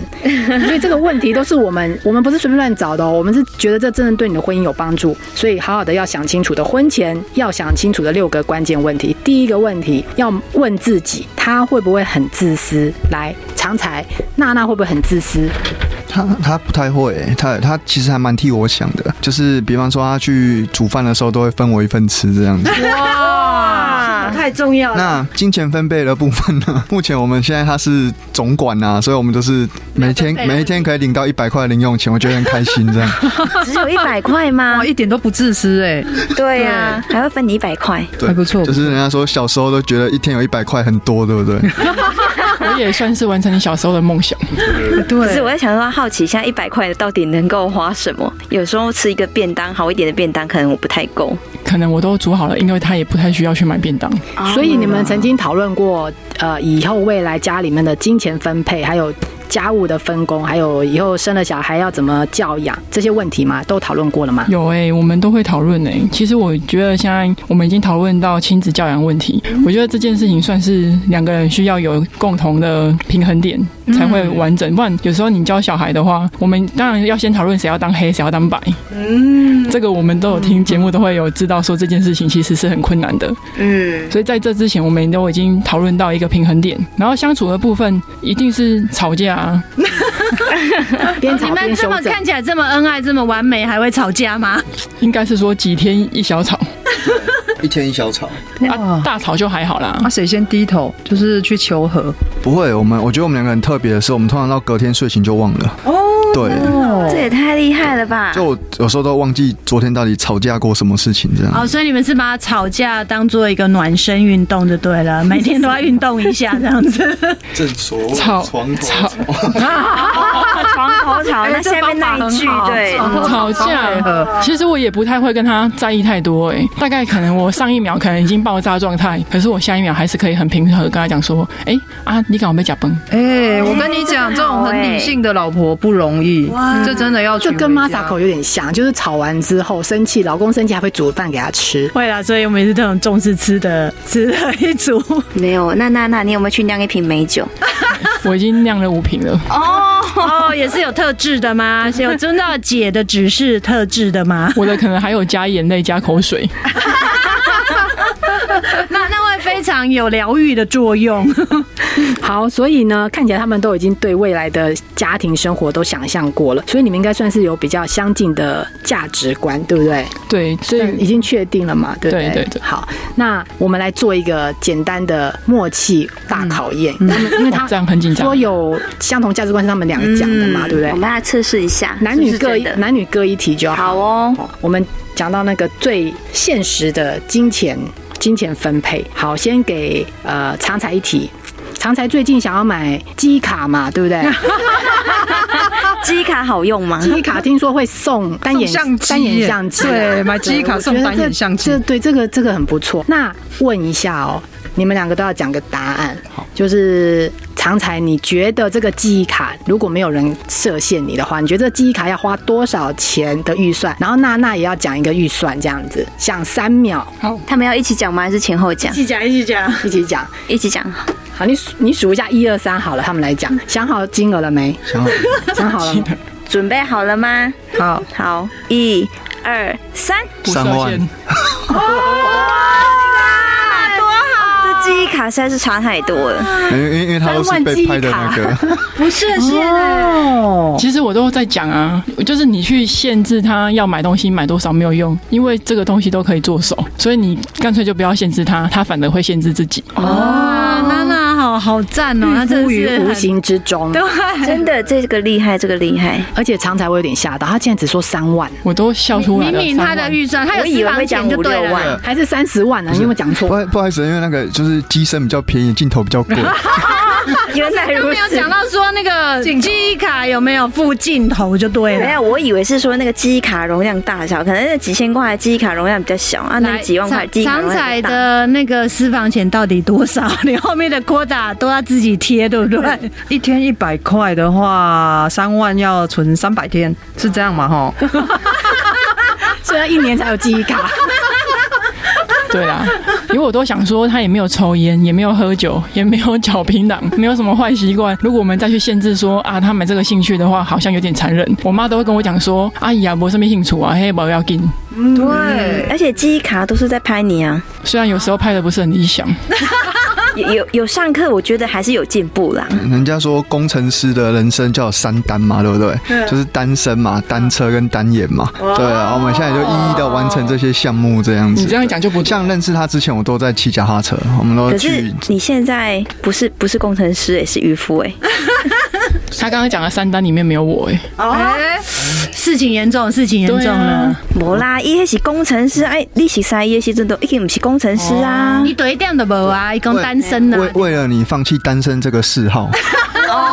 Speaker 2: 所以这个问题都是我们， 我们不是随便乱找的哦，我们是觉得这真的对你的婚姻有帮助，所以好好的要想清楚的，婚前要想清楚的六个关键问题。第一个问题要问自己，他会不会很自私？来，常才，娜娜会不会很自私？
Speaker 6: 他他不太会欸，他他其实还蛮替我想的，就是比方说他去煮饭的时候都会分我一份吃这样 子。
Speaker 2: 太重要
Speaker 6: 那金钱分配的部分呢？目前我们现在他是总管啊，所以我们就是每天
Speaker 5: 啊
Speaker 6: 每一天可以领到一百块零用钱，我觉得很开心 这样。
Speaker 3: 只有一百块吗
Speaker 5: 哇，？一点都不自私哎、
Speaker 3: 对呀、还会分你一百块，
Speaker 6: 对
Speaker 5: 还不错
Speaker 6: 就是人家说小时候都觉得一天有一百块很多，对不对？
Speaker 7: 我也算是完成你小时候的梦想。
Speaker 3: 可是
Speaker 5: 对，
Speaker 3: 我在想说，好奇一下一百块到底能够花什么？有时候吃一个便当好一点的便当，可能我不太够。
Speaker 7: 可能我都煮好了，因为他也不太需要去买便当。
Speaker 2: 啊所以你们曾经讨论过，呃，以后未来家里面的金钱分配，还有家务的分工，还有以后生了小孩要怎么教养这些问题吗？都讨论过了 吗？
Speaker 7: 有哎、我们都会讨论哎。其实我觉得现在我们已经讨论到亲子教养问题，我觉得这件事情算是两个人需要有共同的平衡点才会完整。不然有时候你教小孩的话，我们当然要先讨论谁要当黑，谁要当白。嗯，这个我们都有听节目，都会有知道说这件事情其实是很困难的。
Speaker 3: 嗯，
Speaker 7: 所以在这之前，我们都已经讨论到一个平衡点。然后相处的部分一定是吵架啊，
Speaker 2: 边
Speaker 4: 你
Speaker 2: 吵
Speaker 4: 们
Speaker 2: 边
Speaker 4: 这
Speaker 2: 修
Speaker 4: 么
Speaker 2: 正。
Speaker 4: 看起来这么恩爱，这么完美，还会吵架吗？
Speaker 7: 应该是说几天一小吵。
Speaker 6: 一天一小炒。
Speaker 2: 嗯
Speaker 7: 啊，大吵就还好啦
Speaker 5: 那、。谁先低头？就是去求和
Speaker 6: 不会，我们我觉得我们两个很特别的是，我们通常到隔天睡醒就忘了。哦，对，
Speaker 5: 啊
Speaker 3: 这也太厉害了吧！
Speaker 6: 就我有时候都忘记昨天到底吵架过什么事情这样。
Speaker 4: 哦，所以你们是把吵架当做一个暖身运动就对 了，每天都要运动一下这样 子。
Speaker 6: 正所谓
Speaker 7: 吵床头吵
Speaker 3: 床头 吵，那下面那一句对，
Speaker 5: 嗯
Speaker 2: 哦
Speaker 7: 吵
Speaker 5: 配合
Speaker 7: 架，其实我也不太会跟他在意太多、哎，大概可能我上一秒可能已经爆炸状态，可是我下一秒还是可以很平和地跟他讲说，哎、啊，你搞没假崩？
Speaker 5: 哎、我跟你讲，
Speaker 3: 哎
Speaker 5: 这种很理性的老婆不容易，这真的要娶
Speaker 2: 就跟
Speaker 5: 回
Speaker 2: m a
Speaker 5: 家
Speaker 2: s a k o 有点像，就是吵完之后生气，老公生气还会煮饭给他吃。
Speaker 4: 会啦，所以我们也是这种重视吃的吃的一 族。
Speaker 3: 没有。那那那，你有没有去酿一瓶美酒？
Speaker 7: 我已经酿了五瓶了，
Speaker 4: 哦，也是有特质的吗？是有遵照姐的指示特质的吗？
Speaker 7: 我的可能还有加眼泪加口水，
Speaker 4: 那那会非常有疗愈的作 用。
Speaker 2: 好，所以呢，看起来他们都已经对未来的家庭生活都想象过了，所以你们应该算是有比较相近的价值观，对不对？
Speaker 7: 对，所
Speaker 2: 嗯已
Speaker 7: 以
Speaker 2: 经确定了嘛，对不对？
Speaker 7: 对对对
Speaker 2: 好，那我们来做一个简单的默契大考验，
Speaker 7: 嗯
Speaker 2: 他们因为他
Speaker 7: 这样很紧张
Speaker 2: 说。有相同价值观是他们两个讲的
Speaker 7: 嗯
Speaker 2: 嘛，对不对
Speaker 3: 啊我？们来测试一下，
Speaker 2: 男女
Speaker 3: 是不
Speaker 2: 各
Speaker 3: 嗯是
Speaker 2: 一
Speaker 3: 真的
Speaker 2: 男女各一题就好。
Speaker 3: 好哦。
Speaker 2: 我们讲到那个最现实的金钱金钱分配，好，先给呃常才一题。常才最近想要买机卡嘛，对不对？
Speaker 3: 记忆卡好用吗？
Speaker 2: 机卡听说会送单眼
Speaker 5: 啊送相机
Speaker 2: 单眼
Speaker 5: 耶
Speaker 2: 相机，
Speaker 5: 对买机卡
Speaker 2: 我
Speaker 5: 送
Speaker 2: 觉得
Speaker 5: 单眼
Speaker 2: 这
Speaker 5: 相机
Speaker 2: 这对这个这个很不错。那问一下哦，你们两个都要讲个答案，就是常才，你觉得这个记忆卡如果没有人设限你的话，你觉得这记忆卡要花多少钱的预算？然后娜娜也要讲一个预算，这样子，想三秒
Speaker 3: 他们要一起讲吗？还是前后讲
Speaker 4: 一？起讲，一起讲。
Speaker 2: 一起讲。
Speaker 3: 一起讲。
Speaker 2: 好，你数你数一下一二三好了，他们来讲，想好金额了没？
Speaker 6: 想好
Speaker 2: 想好 了吗？
Speaker 3: 准备好了吗？
Speaker 5: 好，
Speaker 3: 好，一、二、三。
Speaker 7: 不设
Speaker 6: 三万
Speaker 7: 限，
Speaker 3: 这记忆卡实在是差太多了。
Speaker 6: 因为因为因为他都是被拍的那个，
Speaker 2: 哦，
Speaker 7: 其实我都在讲啊，就是你去限制他要买东西买多少没有用，因为这个东西都可以做手，所以你干脆就不要限制他，他反而会限制自己。
Speaker 4: 哇，啊娜娜好好赞
Speaker 3: 嗯
Speaker 4: 哦，那真
Speaker 2: 出
Speaker 4: 的
Speaker 2: 于
Speaker 4: 是
Speaker 2: 无
Speaker 4: 很
Speaker 2: 形之中。
Speaker 3: 真的，这个厉害，这个厉 害。
Speaker 2: 而且常才我有点吓到，他竟然只说三万，
Speaker 7: 我都笑出来
Speaker 4: 明
Speaker 7: 了。
Speaker 4: 明他
Speaker 7: 三
Speaker 4: 的
Speaker 7: 万
Speaker 4: 预算，他有
Speaker 3: 我以
Speaker 4: 私
Speaker 3: 为
Speaker 4: 房
Speaker 3: 会讲
Speaker 4: 钱就
Speaker 3: 五
Speaker 4: 对
Speaker 3: 六
Speaker 4: 了。
Speaker 3: 万，
Speaker 2: 还是三十万呢、你有没有讲
Speaker 6: 不
Speaker 2: 错？
Speaker 6: 好不好意思，因为那个就是机身比较便宜，镜头比较 贵，
Speaker 3: 原来
Speaker 4: 都
Speaker 3: 如
Speaker 4: 没有
Speaker 3: 此
Speaker 4: 讲。到说那个记忆卡有没有附镜头就对
Speaker 3: 没
Speaker 4: 了。
Speaker 3: 有，我以为是说那个记忆卡容量大小，可能那几千块的记忆卡容量比较小啊，那
Speaker 4: 来
Speaker 3: 几万块的记忆卡
Speaker 4: 常
Speaker 3: 容量
Speaker 4: 彩
Speaker 3: 比较大。
Speaker 4: 的那个私房钱到底多少？ 你后面的 quota 都要自己贴，对不对？
Speaker 5: 一天一百块的话，三万要存三百天，是这样嘛？哈，
Speaker 2: 虽然一年才有记忆 卡，
Speaker 7: 对啦，因为我都想说他也没有抽烟，也没有喝酒，也没有嚼槟榔，没有什么坏习惯。如果我们再去限制说啊，他们这个兴趣的话，好像有点残忍。我妈都会跟我讲说：“阿姨啊，我什么兴趣啊，嘿，不要紧。
Speaker 5: 对，
Speaker 3: 而且记忆卡都是在拍你啊，”
Speaker 7: 虽然有时候拍的不是很理想，
Speaker 3: 有有有上课，我觉得还是有进步啦。
Speaker 6: 人家说工程师的人生叫有三单嘛，对不
Speaker 3: 嗯
Speaker 6: 对？就是单身嘛，单车跟单眼嘛。对啊，我们现在就一一的完成这些项目，这样子。
Speaker 7: 你这样讲就不对
Speaker 6: 像认识他之前，我都在骑脚踏车，我们都
Speaker 3: 可是
Speaker 6: 去。
Speaker 3: 你现在不是不是工程师，也是渔夫哎、
Speaker 7: 她刚刚讲的三单里面没有我哎、
Speaker 4: 哎事情严重，事情严重
Speaker 7: 对
Speaker 4: 了
Speaker 7: 啊。
Speaker 3: 没啦，伊迄是工程师，哎，你是啥？伊迄时阵都已经不是工程师啊。
Speaker 4: 你对点都无啊，一共单身呢
Speaker 6: 为。为了你放弃单身这个嗜好，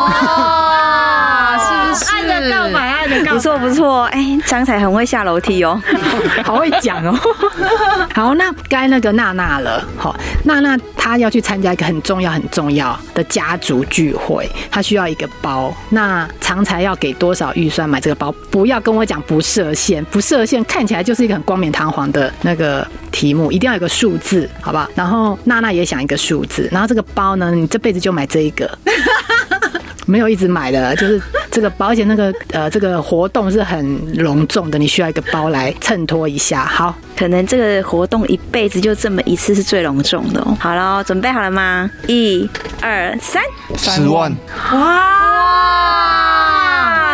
Speaker 4: 啊，是不是？爱的告白，爱的告
Speaker 3: 不
Speaker 4: 白。
Speaker 3: 错不错，哎，张彩很会下楼梯哦。
Speaker 2: 好会讲 哦。好，那该那个娜娜了。好，娜娜她要去参加一个很重要、很重要的家族聚会，她需要一个包。那常才要给多少预算买这个包？不要跟我讲不设限，不设限看起来就是一个很光冕堂皇的那个题目，一定要有个数字，好不好？然后娜娜也想一个数字，然后这个包呢，你这辈子就买这一个。没有一直买的，就是这个包，而且那个呃，这个活动是很隆重的，你需要一个包来衬托一下。好，
Speaker 3: 可能这个活动一辈子就这么一次是最隆重的哦。好了，准备好了吗？一、 二、三，
Speaker 6: 十万
Speaker 4: 哇，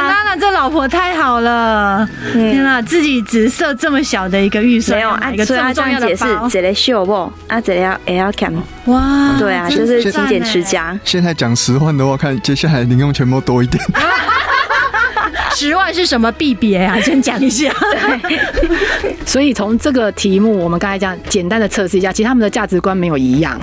Speaker 4: 娜娜这老婆太好了，天哪，自己只设这么小的一个预算，
Speaker 3: 没有
Speaker 4: 买
Speaker 3: 啊
Speaker 4: 一个，
Speaker 3: 所
Speaker 4: 这
Speaker 3: 以
Speaker 4: 么
Speaker 3: 他这
Speaker 4: 重要
Speaker 3: 样
Speaker 4: 的
Speaker 3: 解释
Speaker 4: 包，，
Speaker 3: 这类秀不，啊，这类要也要 cam，
Speaker 4: 哇，
Speaker 3: 对啊，
Speaker 4: 真
Speaker 3: 就
Speaker 4: 的
Speaker 3: 是
Speaker 4: 赞
Speaker 3: 勤俭
Speaker 4: 欸
Speaker 3: 持家。
Speaker 6: 现在讲十万的话，看接下来零用钱多多一点。
Speaker 4: 十万是什么币别啊？ 先讲一下，
Speaker 2: 所以从这个题目，我们刚才讲简单的测试一下，其实他们的价值观没有一样，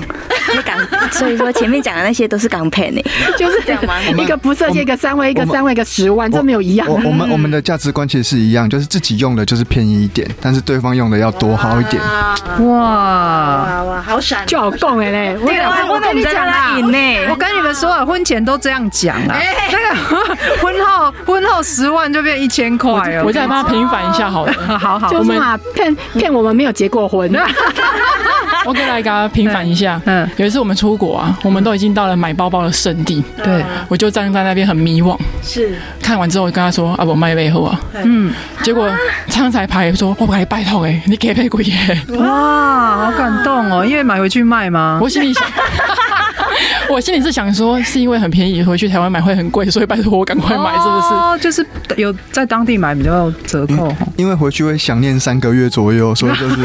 Speaker 3: 因为港，所以说前面讲的那些都是港片欸呢，
Speaker 2: 就是
Speaker 3: 这样吗
Speaker 6: 们
Speaker 2: 一个不设
Speaker 6: 我
Speaker 2: 限，
Speaker 6: 们
Speaker 2: 一个三位，一个
Speaker 6: 我们
Speaker 2: 三位，一个十万，这没有一样嗯
Speaker 6: 我。我们我们的价值观其实是一样，就是自己用的就是便宜一点，但是对方用的要多好一点。
Speaker 5: 哇！
Speaker 4: 哇哇，好闪！
Speaker 2: 就好共哎嘞，我
Speaker 3: 啊
Speaker 2: 我跟你讲啦，
Speaker 3: 赢呢
Speaker 5: 我跟你们说了，婚前都这样讲啊，那个 婚后婚后十万就变一千块哦。
Speaker 7: 我再帮他平反一下好了。
Speaker 5: 好好，
Speaker 2: 就是嘛，骗骗啊我们没有结过婚，啊
Speaker 7: 我给来给他平反一下。
Speaker 5: 嗯
Speaker 7: 嗯，有一次我们出国啊，我们都已经到了买包包的圣地，
Speaker 5: 对，
Speaker 7: 我就站在那边很迷惘。
Speaker 4: 是
Speaker 7: 看完之后，我跟他说：“啊，我卖背后啊。”
Speaker 5: 嗯
Speaker 7: 嗯，结果苍才牌说：“我把你拜托哎，你给配贵耶。
Speaker 5: 哇，好感动哦，因为买回去卖”吗？
Speaker 7: 我心里想。我心里是想说，是因为很便宜，回去台湾买会很贵，所以拜托我赶快买，是不是？
Speaker 5: 哦，就是有在当地买比较折扣哦。
Speaker 6: 因为回去会想念三个月左右，所以就是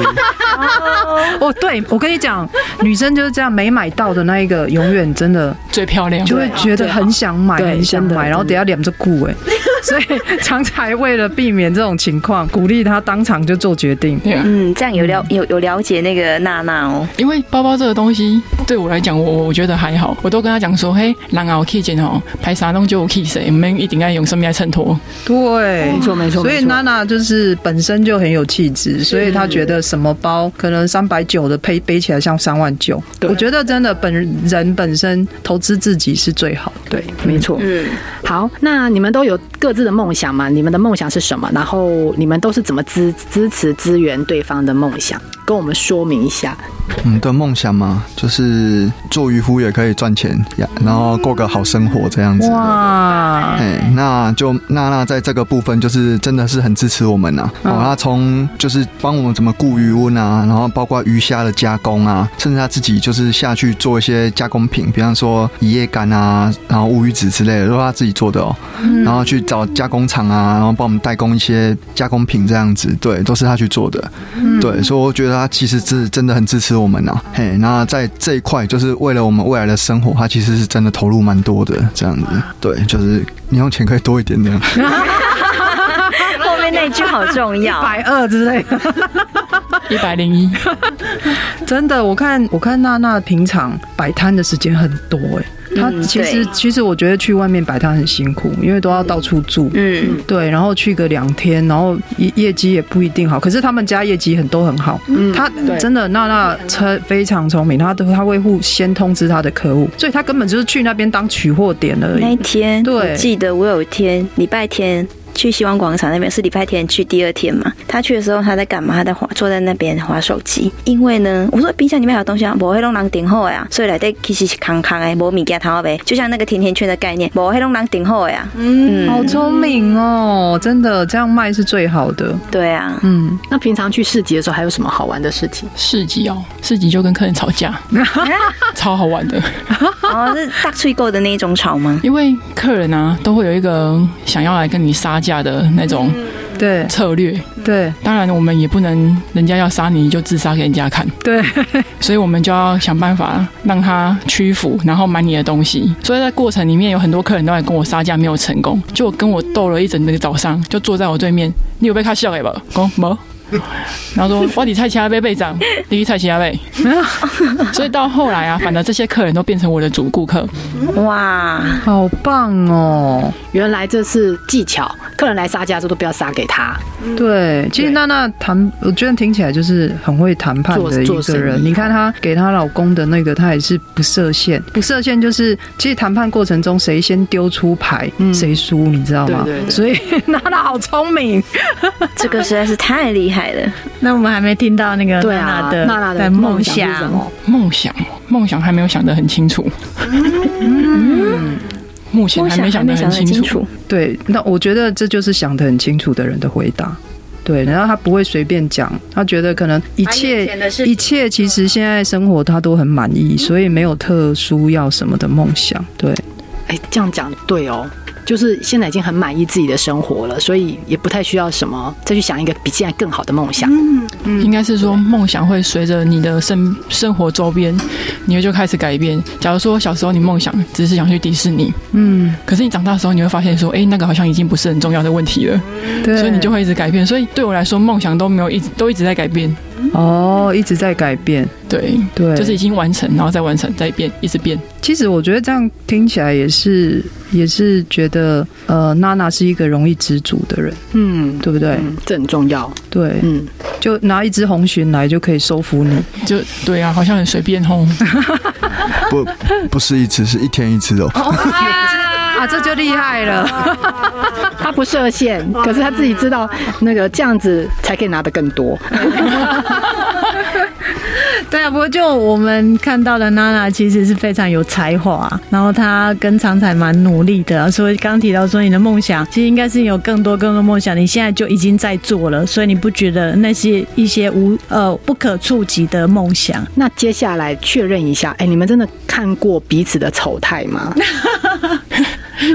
Speaker 5: 哦，对，我跟你讲，女生就是这样，没买到的那一个，永远真的
Speaker 7: 最漂亮。
Speaker 5: 就会觉得很想买，
Speaker 2: 啊对
Speaker 5: 很想
Speaker 2: 真的
Speaker 5: 买，然后等下脸就顾 哎。所以常才为了避免这种情况，鼓励她当场就做决定。
Speaker 7: 对啊，
Speaker 3: 嗯，这样有了有有了解那个娜娜 哦，
Speaker 7: 因为包包这个东西对我来讲，我我我觉得还好，我都跟他讲说，嘿，人后 key 钱哦，拍啥弄就有 key 谁，我们一定要用生命来衬托。
Speaker 5: 对，
Speaker 2: 没错没错，嗯
Speaker 5: 所以
Speaker 2: 没错
Speaker 5: 娜娜就是本身就很有气质，所以她觉得什么包可能三百九的背背起来像三万九。
Speaker 2: 对
Speaker 5: 我觉得真的本人本身投资自己是最好的。
Speaker 2: 对，没错。
Speaker 3: 嗯，
Speaker 2: 好，那你们都有各自的梦想嘛？你们的梦想是什么？然后你们都是怎么支支持支援对方的梦想？跟我们说明一下。
Speaker 6: 嗯的梦想嘛，就是做渔夫也可以赚钱呀，然后过个好生活这样子。
Speaker 5: 哇，
Speaker 6: 哎、那就娜娜在这个部分就是真的是很支持我们呐、啊。哦，她从就是帮我们怎么顾鱼温啊，然后包括鱼虾的加工啊，甚至她自己就是下去做一些加工品，比方说一夜干啊，然后乌鱼子之类的，都是她自己做的哦。然后去找加工厂啊，然后帮我们代工一些加工品这样子，对，都是她去做的。对，所以我觉得她其实是真的很支持我们呐、嘿，那在这一块就是为了我们未来的生活，她其实是真的投入蛮多的这样子。对，就是你用钱可以多一点这样。
Speaker 3: 后面那句好重要，
Speaker 5: 百二之类的，
Speaker 7: 一百零一，
Speaker 5: 真的，我看我看娜娜平常摆摊的时间很多哎、她
Speaker 3: 嗯
Speaker 5: 其实、
Speaker 3: 对
Speaker 5: 其实我觉得去外面摆摊很辛苦，因为都要到处住。
Speaker 3: 嗯，
Speaker 5: 对，然后去个两天，然后业业绩也不一定好，可是他们家业绩很都很好。嗯，他真的娜娜车非常聪明，他他会互先通知他的客户，所以他根本就是去那边当取货点而
Speaker 3: 那一
Speaker 5: 已。
Speaker 3: 天，
Speaker 5: 对
Speaker 3: 我记得我有一天礼拜天。去希望广场那边是礼拜天去第二天嘛？他去的时候他在干嘛？他在滑坐在那边滑手机。因为呢，我说冰箱里面还有东西啊，我会弄人顶后呀，所以来对其实是康康哎，无米给他呗，就像那个甜甜圈的概念，我会弄人顶后呀。嗯
Speaker 5: 好聪明哦，真的这样卖是最好的。
Speaker 3: 对啊，
Speaker 5: 嗯，
Speaker 2: 那平常去市集的时候，还有什么好玩的事情？
Speaker 7: 市集哦，市集就跟客人吵架，超好玩的。
Speaker 3: 哦，是大脆购的那一种炒吗？
Speaker 7: 因为客人啊都会有一个想要来跟你杀价的那种
Speaker 5: 对
Speaker 7: 策略，
Speaker 5: 对
Speaker 7: 当然我们也不能人家要杀你就自杀给人家看，
Speaker 5: 对，
Speaker 7: 所以我们就要想办法让他屈服，然后买你的东西。所以在过程里面有很多客人都来跟我杀价没有成功，就跟我斗了一整个早上，就坐在我对面，你有被他笑给吧？讲没。然后说：“我你菜其他杯被涨，你菜其他杯。”所以到后来啊，反而这些客人都变成我的主顾客。
Speaker 3: 哇，
Speaker 5: 好棒哦。
Speaker 2: 原来这是技巧，客人来杀价的时候都不要杀给他，
Speaker 5: 对，其实
Speaker 2: 对
Speaker 5: 娜娜谈，我觉得听起来就是很会谈判
Speaker 2: 做
Speaker 5: 的一
Speaker 2: 做
Speaker 5: 个
Speaker 2: 生
Speaker 5: 人。
Speaker 2: 意啊
Speaker 5: 你看她给她老公的那个，她也是不设限，不设限就是，其实谈判过程中谁先丢出牌，谁输，你知道吗？
Speaker 2: 嗯对对对
Speaker 5: 所以娜娜好聪明。
Speaker 3: 这个实在是太厉害了。
Speaker 4: 那我们还没听到那个
Speaker 2: 对
Speaker 4: 娜
Speaker 2: 啊
Speaker 4: 娜的
Speaker 2: 娜娜的
Speaker 4: 梦
Speaker 2: 梦想是什么
Speaker 7: 梦想，梦想还没有想得很清楚。嗯目前还没想得很清楚。，
Speaker 5: 对，那我觉得这就是想得很清楚的人的回答。对，然后他不会随便讲，他觉得可能一切一切其
Speaker 2: 嗯
Speaker 5: 实现在生活他都很满意，所以没有特殊要什么的梦想。对，
Speaker 7: 哎、
Speaker 2: 哎，这样讲对哦。就是现在已经很满意自己的生活了，所以也不太需要什么再去想一个比现在更好的梦想。
Speaker 5: 嗯
Speaker 7: 应该是说梦想会随着你的生生活周边，你会就开始改变。假如说小时候你梦想只是想去迪士尼，嗯，可是你长大的时候你会发现说，哎、那个好像已经不是很重要的问题了，
Speaker 5: 对，
Speaker 7: 所以你就会一直改变。所以对我来说，梦想都没有一直都一直在改变，
Speaker 5: 哦，一直在改变，
Speaker 7: 对，
Speaker 5: 对，
Speaker 7: 就是已经完成，然后再完成，再变，一直变。
Speaker 5: 其实我觉得这样听起来也是，也是觉得呃，娜娜是一个容易知足的人，
Speaker 2: 嗯，
Speaker 5: 对不对？
Speaker 2: 嗯，这很重要。
Speaker 5: 对，
Speaker 2: 嗯，
Speaker 5: 就拿一只红鲟来就可以收服你。
Speaker 7: 就对啊，好像很随便 吼。
Speaker 6: 不不是一只，是一天一只哦。
Speaker 5: 啊，这就厉害了！
Speaker 2: 他不设限，
Speaker 3: 哦
Speaker 2: 可是他自己知道那个这样子才可以拿得更多。
Speaker 4: 对啊，不过就我们看到的娜娜其实是非常有才华，然后她跟常彩蛮努力的，所以刚提到说你的梦想其实应该是有更多更多梦想，你现在就已经在做了，所以你不觉得那些一些无呃不可触及的梦想？
Speaker 2: 那接下来确认一下，哎、你们真的看过彼此的丑态吗？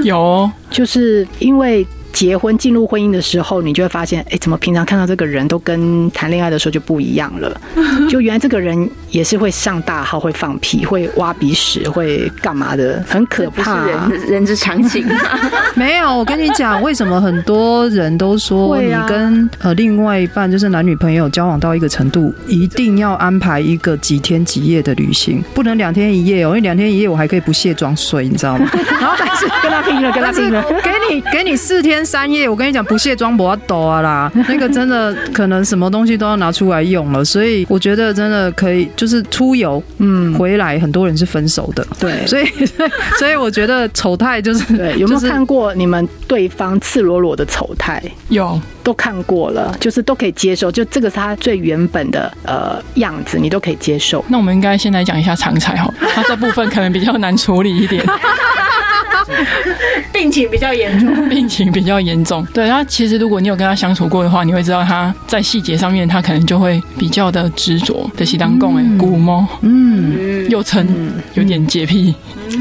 Speaker 7: 有哦，
Speaker 2: 就是因为。结婚进入婚姻的时候，你就会发现，哎，怎么平常看到这个人都跟谈恋爱的时候就不一样 了？就原来这个人也是会上大号、会放屁、会挖鼻屎、会干嘛的，很可
Speaker 3: 不是
Speaker 2: 怕、啊
Speaker 3: 人人之常情。
Speaker 5: 没有，我跟你讲，为什么很多人都说
Speaker 2: 会
Speaker 5: 你
Speaker 2: 啊
Speaker 5: 跟、呃另外一半就是男女朋友交往到一个程度，一定要安排一个几天几夜的旅行，不能两天一夜哦，因为两天一夜我还可以不卸妆睡，你 知道吗？然后但是
Speaker 2: 跟他拼了，跟他
Speaker 5: 但是
Speaker 2: 拼了。
Speaker 5: 给你给你四天三夜，我跟你讲，不卸妆不要抖啊啦，那个真的可能什么东西都要拿出来用了，所以我觉得真的可以，就是出游，嗯，回来很多人是分手的，
Speaker 2: 对
Speaker 5: 所以 所以我觉得丑态就是
Speaker 2: 对，有没有
Speaker 5: 就是
Speaker 2: 看过你们对方赤裸裸的丑态？
Speaker 7: 有，
Speaker 2: 都看过了，就是都可以接受，就这个是他最原本的呃样子，你都可以接受。
Speaker 7: 那我们应该先来讲一下长才哈，它这部分可能比较难处理一点。
Speaker 2: 病情比较严重，
Speaker 7: 病情比较严重。对，他其实如果你有跟他相处过的话，你会知道他在细节上面，他可能就会比较的执着。的西当贡哎，古猫，嗯，又称有点洁癖，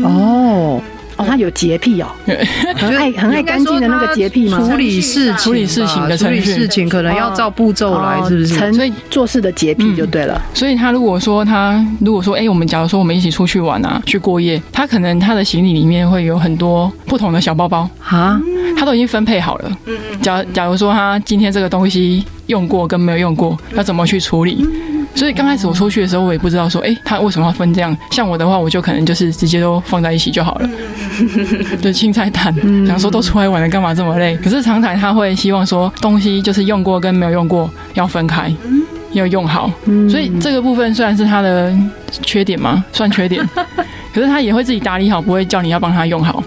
Speaker 5: 哦，
Speaker 7: 嗯
Speaker 2: 哦，他有洁癖 哦，
Speaker 5: 嗯
Speaker 2: 很爱很爱干净的那个洁癖吗？
Speaker 5: 处理事情吧
Speaker 7: 处理事情的
Speaker 5: 处理
Speaker 7: 程序
Speaker 5: 事情可能要照步骤来，
Speaker 2: 哦
Speaker 5: 是不是？
Speaker 2: 成
Speaker 7: 嗯所以嗯
Speaker 2: 做事的洁癖就对了。
Speaker 7: 所以他如果说他如果说哎、我们假如说我们一起出去玩啊，去过夜，他可能他的行李里面会有很多不同的小包包，
Speaker 5: 啊，
Speaker 7: 他都已经分配好了。假假如说他今天这个东西用过跟没有用过，要怎么去处理？所以刚开始我出去的时候，我也不知道说，哎、他为什么要分这样？像我的话，我就可能就是直接都放在一起就好了， 就青菜蛋。
Speaker 2: 嗯
Speaker 7: 想说都出来玩了，干嘛这么累？可是常常他会希望说，东西就是用过跟没有用过要分开。要用好，
Speaker 2: 嗯
Speaker 7: 所以这个部分虽然是他的缺点嘛，算缺点，可是他也会自己打理好，不会叫你要帮他用好。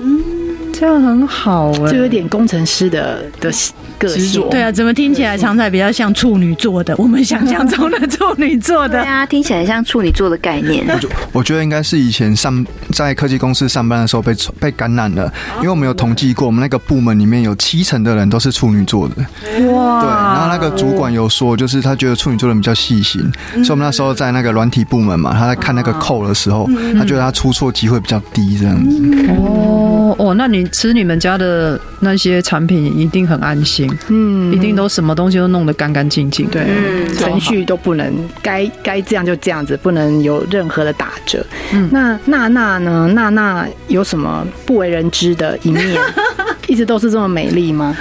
Speaker 5: 这样很好哎、
Speaker 2: 就有点工程师的的个
Speaker 7: 执
Speaker 2: 性
Speaker 7: 着，
Speaker 4: 对啊，怎么听起来常彩比较像处女座的，我们想象中的处女座
Speaker 3: 对
Speaker 4: 的。
Speaker 3: 啊，听起来像处女座的概念。
Speaker 6: 我觉得应该是以前上在科技公司上班的时候被被感染了，因为我们有统计过，我们那个部门里面有七成的人都是处女座的。哇！对，然后那个主管有说，就是他觉得处女座的人比较细心，所以我们那时候在那个软体部门嘛，他在看那个扣的时候，他觉得他出错机会比较低，这样子。
Speaker 5: 哦哦，那你吃你们家的那些产品一定很安心，嗯，一定都什么东西都弄得干干净净。对，
Speaker 3: 嗯，
Speaker 2: 程序都不能该该这样就这样子，不能有任何的打折。
Speaker 4: 嗯
Speaker 2: 那娜娜呢？娜娜有什么不为人知的一 面？一直都是这么美丽吗？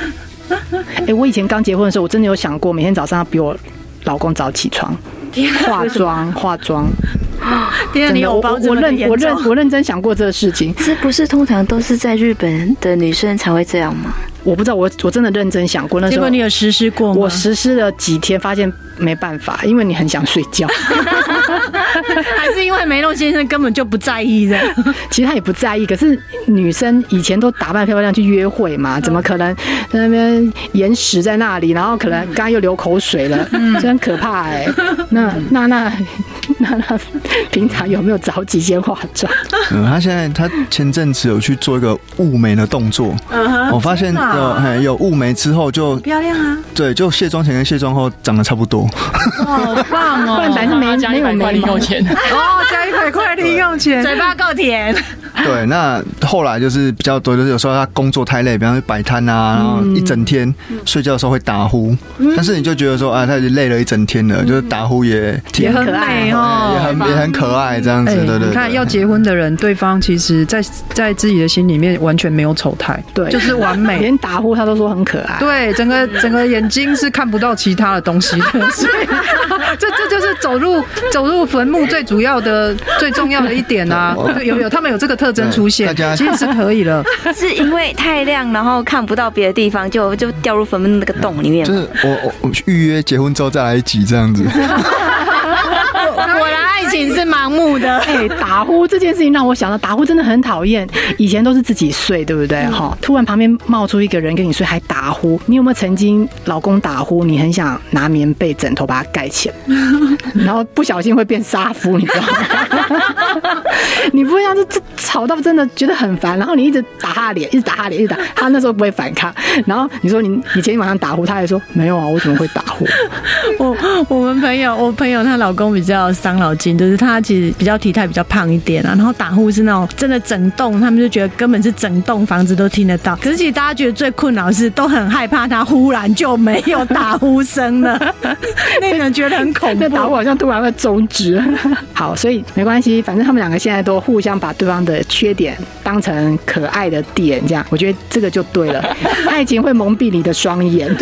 Speaker 2: 哎、我以前刚结婚的时候，我真的有想过，每天早上要比我老公早起 床。化妆，化妆，
Speaker 4: 天啊，
Speaker 2: 真
Speaker 4: 你
Speaker 2: 的，
Speaker 4: 有
Speaker 2: 我
Speaker 4: 包
Speaker 2: 我我认我认我认真想过这个事情，
Speaker 3: 这不是通常都是在日本的女生才会这样吗？
Speaker 2: 我不知道，我我真的认真想过那
Speaker 4: 结
Speaker 2: 时候
Speaker 4: 果你。有实施过吗？
Speaker 2: 我实施了几天，发现没办法，因为你很想睡觉。
Speaker 4: 还是因为梅洛先生根本就不在 意的。
Speaker 2: 其实他也不在意，可是女生以前都打扮漂漂亮去约会
Speaker 7: 嗯
Speaker 2: 嘛，怎么可能在那边眼屎在那里，然后可能刚刚又流口水了，
Speaker 7: 嗯
Speaker 2: 真很可怕哎、 那那那 那那，平常有没有早起先化妆？
Speaker 6: 嗯，他现在他前阵子有去做一个雾眉的动作，我发现有嘿有雾眉之后就
Speaker 4: 漂亮啊！
Speaker 6: 对，就卸妆前跟卸妆后长得差不多。
Speaker 4: 好棒
Speaker 2: 不
Speaker 4: 哦！
Speaker 2: 然本来是没
Speaker 7: 加一
Speaker 2: 没有
Speaker 7: 百块
Speaker 2: 眉
Speaker 7: 零
Speaker 2: 毛
Speaker 7: 用。钱。
Speaker 5: 哦，加一百块零用钱，
Speaker 4: 嘴巴够甜，
Speaker 6: 对，那后来就是比较多，就是有时候他工作太累，比方说摆摊啊，然后一整天
Speaker 5: 嗯
Speaker 6: 睡觉的时候会打呼，但是你就觉得说啊，他已经累了一整天了，就是打呼也挺
Speaker 5: 也很
Speaker 2: 可爱
Speaker 5: 美哦，
Speaker 6: 哎也很也很可爱这样子，
Speaker 5: 哎，
Speaker 6: 对对对。
Speaker 5: 你看要结婚的人，对方其实在在自己的心里面完全没有丑态，
Speaker 2: 对
Speaker 5: 就是完
Speaker 7: 哎
Speaker 5: 美。
Speaker 2: 连打呼他都说很可爱。
Speaker 5: 对，整个整个眼睛是看不到其他的东西 的，所以 这这就是走入走入坟墓最主要的最重要的一点啊！对有有，他们有这个特征出现
Speaker 6: 对大家，
Speaker 5: 其实是可以了。
Speaker 3: 是因为太亮，然后看不到别的地方，就就掉入坟墓那个洞里面
Speaker 6: 就。是我我我预约结婚之后再来一集这 样子，
Speaker 4: 果然爱情是盲目 的。
Speaker 2: 哎、打呼这件事情让我想到，打呼真的很讨厌。以前都是自己睡，对不对？哈、突然旁边冒出一个人跟你睡，还打呼。你有没有曾经老公打呼，你很想拿棉被、枕头把它盖起来，然后不小心会变杀夫，你知道吗？ 你不会像这这吵到真的觉得很烦，然后你一直打他的脸，一直打他的脸，一直打。他那时候不会反抗，然后你说你你前天晚上打呼，他还说没有啊，我怎么会打呼？
Speaker 4: 我我们朋友，我朋友她老公比较伤脑筋，就是他其实比较体态比较胖一点啊，然后打呼是那种真的整栋，他们就觉得根本是整栋房子都听得到。可是其实大家觉得最困扰的是，都很害怕他忽然就没有打呼声了， 那人觉得很恐
Speaker 2: 那
Speaker 4: 怖
Speaker 2: 打。呼好像突然会终止。 好，所以没关系，反正他们两个现在都互相把对方的缺点当成可爱的点，这样我觉得这个就对了。 爱情会蒙蔽你的双眼。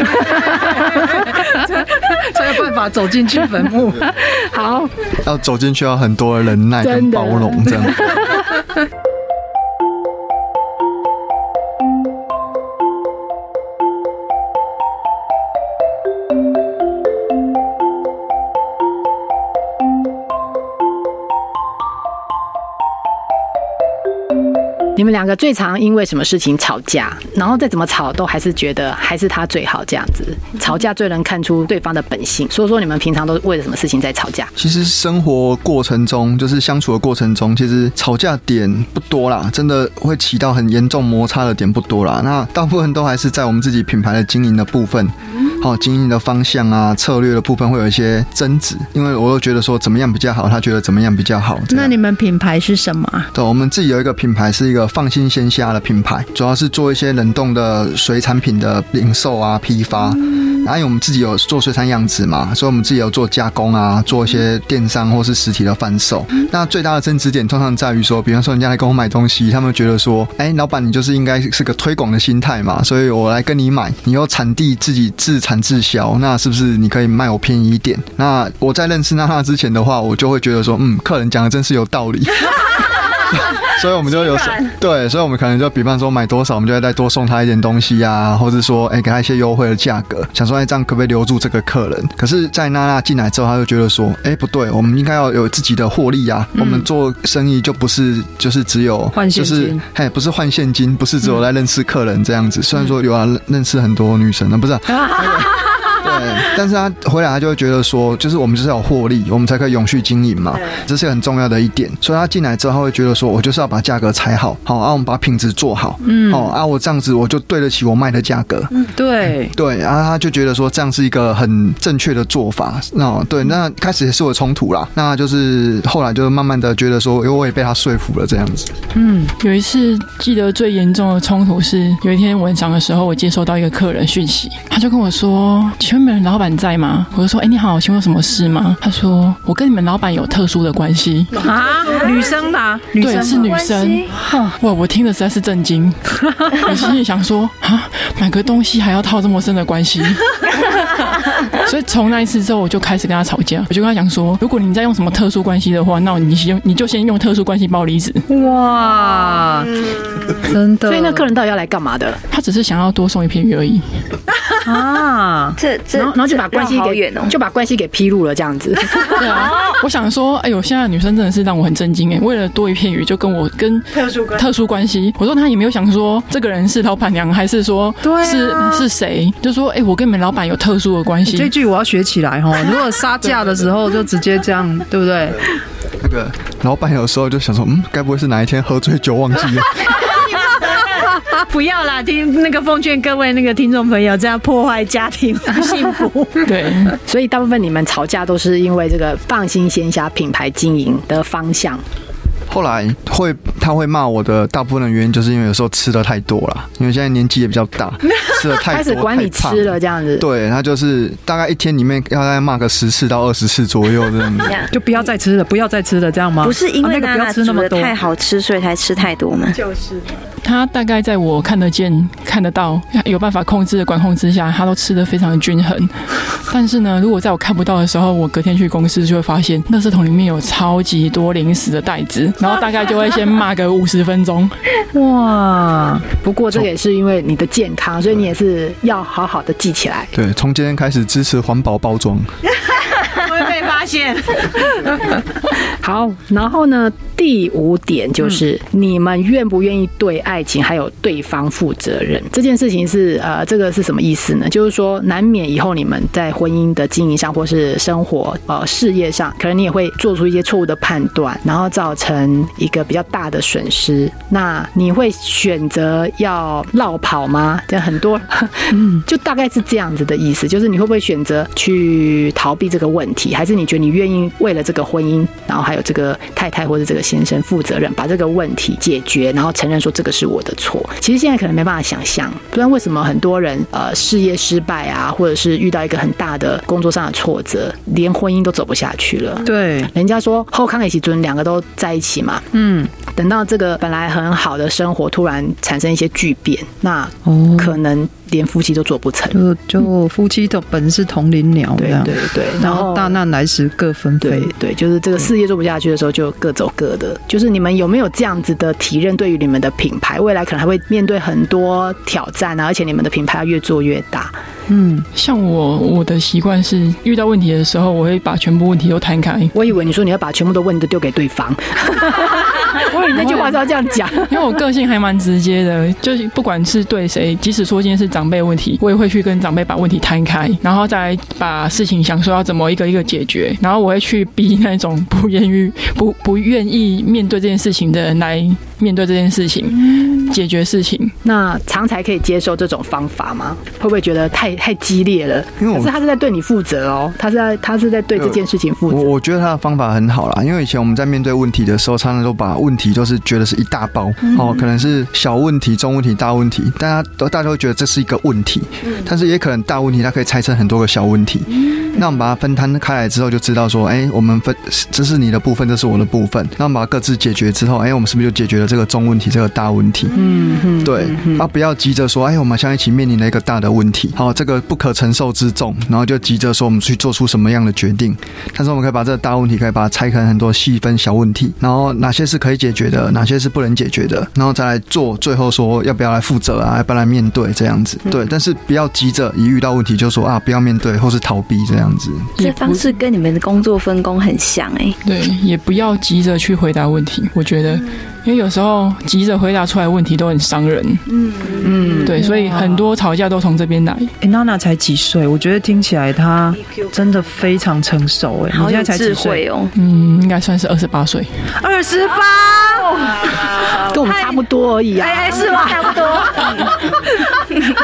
Speaker 5: 才有办法走进去坟墓。
Speaker 2: 好，
Speaker 6: 要走进去要很多的忍耐跟
Speaker 2: 真的
Speaker 6: 包容这样。
Speaker 2: 你们两个最常因为什么事情吵架？然后再怎么吵，都还是觉得还是他最好这样子。吵架最能看出对方的本性。说说你们平常都是为了什么事情在吵架？
Speaker 6: 其实生活过程中，就是相处的过程中，其实吵架点不多啦，真的会起到很严重摩擦的点不多啦。那大部分都还是在我们自己品牌的经营的部分，好、经营的方向啊、策略的部分会有一些争执，因为我又觉得说怎么样比较好，他觉得怎么样比较好。这
Speaker 4: 那
Speaker 6: 样
Speaker 4: 你们品牌是什么啊？
Speaker 6: 对，我们自己有一个品牌，是一个放心鲜虾的品牌，主要是做一些冷冻的水产品的零售啊、批发。然后因为我们自己有做水产养殖嘛，所以我们自己有做加工啊，做一些电商或是实体的贩售。那最大的争执点通常在于说，比方说人家来跟我买东西，他们觉得说，哎，老板你就是应该是个推广的心态嘛，所以我来跟你买，你又产地自己自产自销，那是不是你可以卖我便宜一点？那我在认识娜娜之前的话，我就会觉得说，嗯，客人讲的真是有道理。 所以我们就有时对，所以我们可能就比方说买多少，我们就会再多送他一点东西啊，或者说哎、给他一些优惠的价格，想说哎、这样可不可以留住这个客人？可是，在娜娜进来之后，他就觉得说哎、不对，我们应该要有自己的获利啊，我们做生意就不是就是只有
Speaker 5: 嗯换现
Speaker 6: 就
Speaker 5: 金
Speaker 6: 是嘿不是换现金，不是只有在认识客人这样
Speaker 5: 嗯
Speaker 6: 子。虽然说有啊认识很多女生啊， 不是、啊。对，但是他回来他就会觉得说，就是我们就是要有获利，我们才可以永续经营嘛，这是很重要的一点。所以他进来之后，他会觉得说我就是要把价格踩好，好啊，我们把品质做好，嗯，哦啊，我这样子我就对得起我卖的价格，
Speaker 2: 嗯
Speaker 5: 对，
Speaker 6: 对，然后他就觉得说这样是一个很正确的做法。那对，
Speaker 2: 嗯
Speaker 6: 那开始也是有冲突啦，那就是后来就是慢慢的觉得说，因为我也被他说服了这样子。
Speaker 5: 嗯
Speaker 7: 有一次记得最严重的冲突是，有一天晚上的时候，我接收到一个客人讯息，他就跟我说：“请问你们老板在吗？”我就说：“哎、你好，请问有什么事吗？”他说：“我跟你们老板有特殊的关系。”
Speaker 5: 啊，女生啦，女
Speaker 7: 对，是女生。哇，我听的实在是震惊，我心里想说啊，买个东西还要套这么深的关系。 所以从那一次之后，我就开始跟他吵架。我就跟他讲说，如果你再用什么特殊关系的话，那你先你就先用特殊关系包离子。
Speaker 5: 哇，真的，
Speaker 2: 所以
Speaker 3: 呃
Speaker 2: 那客人到底要来干嘛的？
Speaker 7: 他只是想要多送一片鱼而已。
Speaker 5: 啊，
Speaker 3: 这这，
Speaker 2: 然后然后就把
Speaker 3: 这
Speaker 2: 关系
Speaker 3: 绕好
Speaker 2: 给
Speaker 3: 远哦。
Speaker 2: 就把关系给披露了，这样子。
Speaker 7: 对啊， 我想说，哎呦，现在的女生真的是让我很震惊哎！为了多一片鱼，就跟我跟特殊特殊关系，我说他也没有想说这个人是老板娘还是说是、是谁，就说哎，我跟你们老板有特殊的关系。
Speaker 5: 这句我要学起 来哈。如果杀价的时候就直接这样，对不对？
Speaker 6: 那个老板有时候就想说，嗯，该不会是哪一天喝醉酒忘 记了？ 啊
Speaker 4: 不要啦，听那个奉劝各位那个听众朋友，这样破坏家庭幸福。
Speaker 7: 对，
Speaker 2: 所以大部分你们吵架都是因为这个放心鲜虾品牌经营的方向。
Speaker 6: 后来会他会骂我的大部分的原因，就是因为有时候吃的太多了，因为现在年纪也比较大，吃的 太
Speaker 2: 开
Speaker 6: 多
Speaker 2: 始管你
Speaker 6: 太胖
Speaker 2: 吃了这样子。
Speaker 6: 对他就是大概一天里面要大概骂个十次到二十次左右这样子。
Speaker 5: 就不要再吃了，不要再吃了，这样吗？
Speaker 3: 不是因
Speaker 5: 啊
Speaker 3: 为
Speaker 5: 那个
Speaker 3: 娜
Speaker 5: 不要
Speaker 3: 娜
Speaker 5: 吃
Speaker 3: 煮
Speaker 5: 那么
Speaker 3: 的
Speaker 5: 多，
Speaker 3: 太好吃，所以才吃太多嘛。
Speaker 7: 他大概在我看得见、看得到、有办法控制的管控之下，他都吃得非常的均衡。但是呢，如果在我看不到的时候，我隔天去公司就会发现，垃圾桶里面有超级多零食的袋子，然后大概就会先骂个五十分钟。
Speaker 2: 哇！不过这也是因为你的健康，所以你也是要好好的记起来。
Speaker 6: 对，从今天开始支持环保包装。
Speaker 4: 会被发现。
Speaker 2: 好，然后呢，第五点就是、你们愿不愿意对爱情还有对方负责任这件事情是呃，这个是什么意思呢？就是说，难免以后你们在婚姻的经营上或是生活呃事业上，可能你也会做出一些错误的判断，然后造成一个比较大的损失。那你会选择要绕跑吗？这样很多，就大概是这样子的意思，就是你会不会选择去逃避这个问题，还是你觉得你愿意为了这个婚姻，然后还有这个太太或者这个先生负责任，把这个问题解决，然后承认说这个是我的错？其实现在可能没办法想象，不然为什么很多人呃事业失败啊，或者是遇到一个很大的工作上的挫折，连婚姻都走不下去了？
Speaker 5: 对，
Speaker 2: 人家说后康也喜尊两个都在一起嘛，
Speaker 5: 嗯，
Speaker 2: 等到这个本来很好的生活突然产生一些巨变，那
Speaker 5: 哦，
Speaker 2: 可能连夫妻都做不成。
Speaker 5: 就就夫妻的本是同林鸟这
Speaker 2: 对
Speaker 5: 样，
Speaker 2: 对对，
Speaker 5: 然后大难来时各分
Speaker 2: 对
Speaker 5: 飞。
Speaker 2: 对，就是这个事业做不下去的时候，就各走各的。就是你们有没有这样子的体认？对于你们的品牌，未来可能还会面对很多挑战啊，而且你们的品牌要越做越大。
Speaker 5: 嗯，
Speaker 7: 像我，我的习惯是遇到问题的时候，我会把全部问题都摊开，
Speaker 2: 我以为你说你要把全部的问题都丢给对方， 我以为你那句话是要这样讲。
Speaker 7: 因为我个性还蛮直接的，就是不管是对谁，即使说今天是长辈问题，我也会去跟长辈把问题摊开，然后再来把事情想说要怎么一个一个解决，然后我会去逼那种不愿意不不愿意面对这件事情的人来面对这件事情，解决事情。
Speaker 2: 那常才可以接受这种方法吗？会不会觉得太太激烈了？
Speaker 6: 因为我
Speaker 2: 可是他是在对你负责哦，他是在他是在对这件事情负责
Speaker 6: 我。我觉得他的方法很好啦，因为以前我们在面对问题的时候，常常都把问题都是觉得是一大包、哦，可能是小问题、中问题、大问题，大家都大家会觉得这是一个问题，但是也可能大问题它可以拆成很多个小问题。那我们把它分摊开来之后，就知道说，哎、我们分这是你的部分，这是我的部分，那我们把它各自解决之后，哎、我们是不是就解决了这个中问题、这个大问题？
Speaker 2: 嗯哼
Speaker 6: 对，啊，不要急着说，哎，我们现在一起面临了一个大的问题，好、这个不可承受之重，然后就急着说我们去做出什么样的决定。但是我们可以把这个大问题，可以把它拆开很多细分小问题，然后哪些是可以解决的，哪些是不能解决的，然后再来做，最后说要不要来负责啊，要不要来面对这样子。
Speaker 2: 嗯
Speaker 6: 对，但是不要急着一遇到问题就说啊，不要面对或是逃避这样子。
Speaker 3: 这方式跟你们的工作分工很像哎、
Speaker 7: 对，也不要急着去回答问题，我觉得，
Speaker 5: 嗯
Speaker 7: 因为有时候急着回答出来问题都很伤人。
Speaker 2: 嗯，
Speaker 7: 对，所以很多吵架都从这边来。
Speaker 5: 哎，娜娜才几岁？我觉得听起来她真的非常成熟哎，你
Speaker 3: 好
Speaker 5: 现
Speaker 3: 有
Speaker 5: 在才
Speaker 3: 智
Speaker 5: 几岁？
Speaker 3: 慧哦。
Speaker 7: 嗯，应该算是二十八岁。
Speaker 5: 二十八，
Speaker 2: 跟我们差不多而已啊。
Speaker 5: 哎，是吗？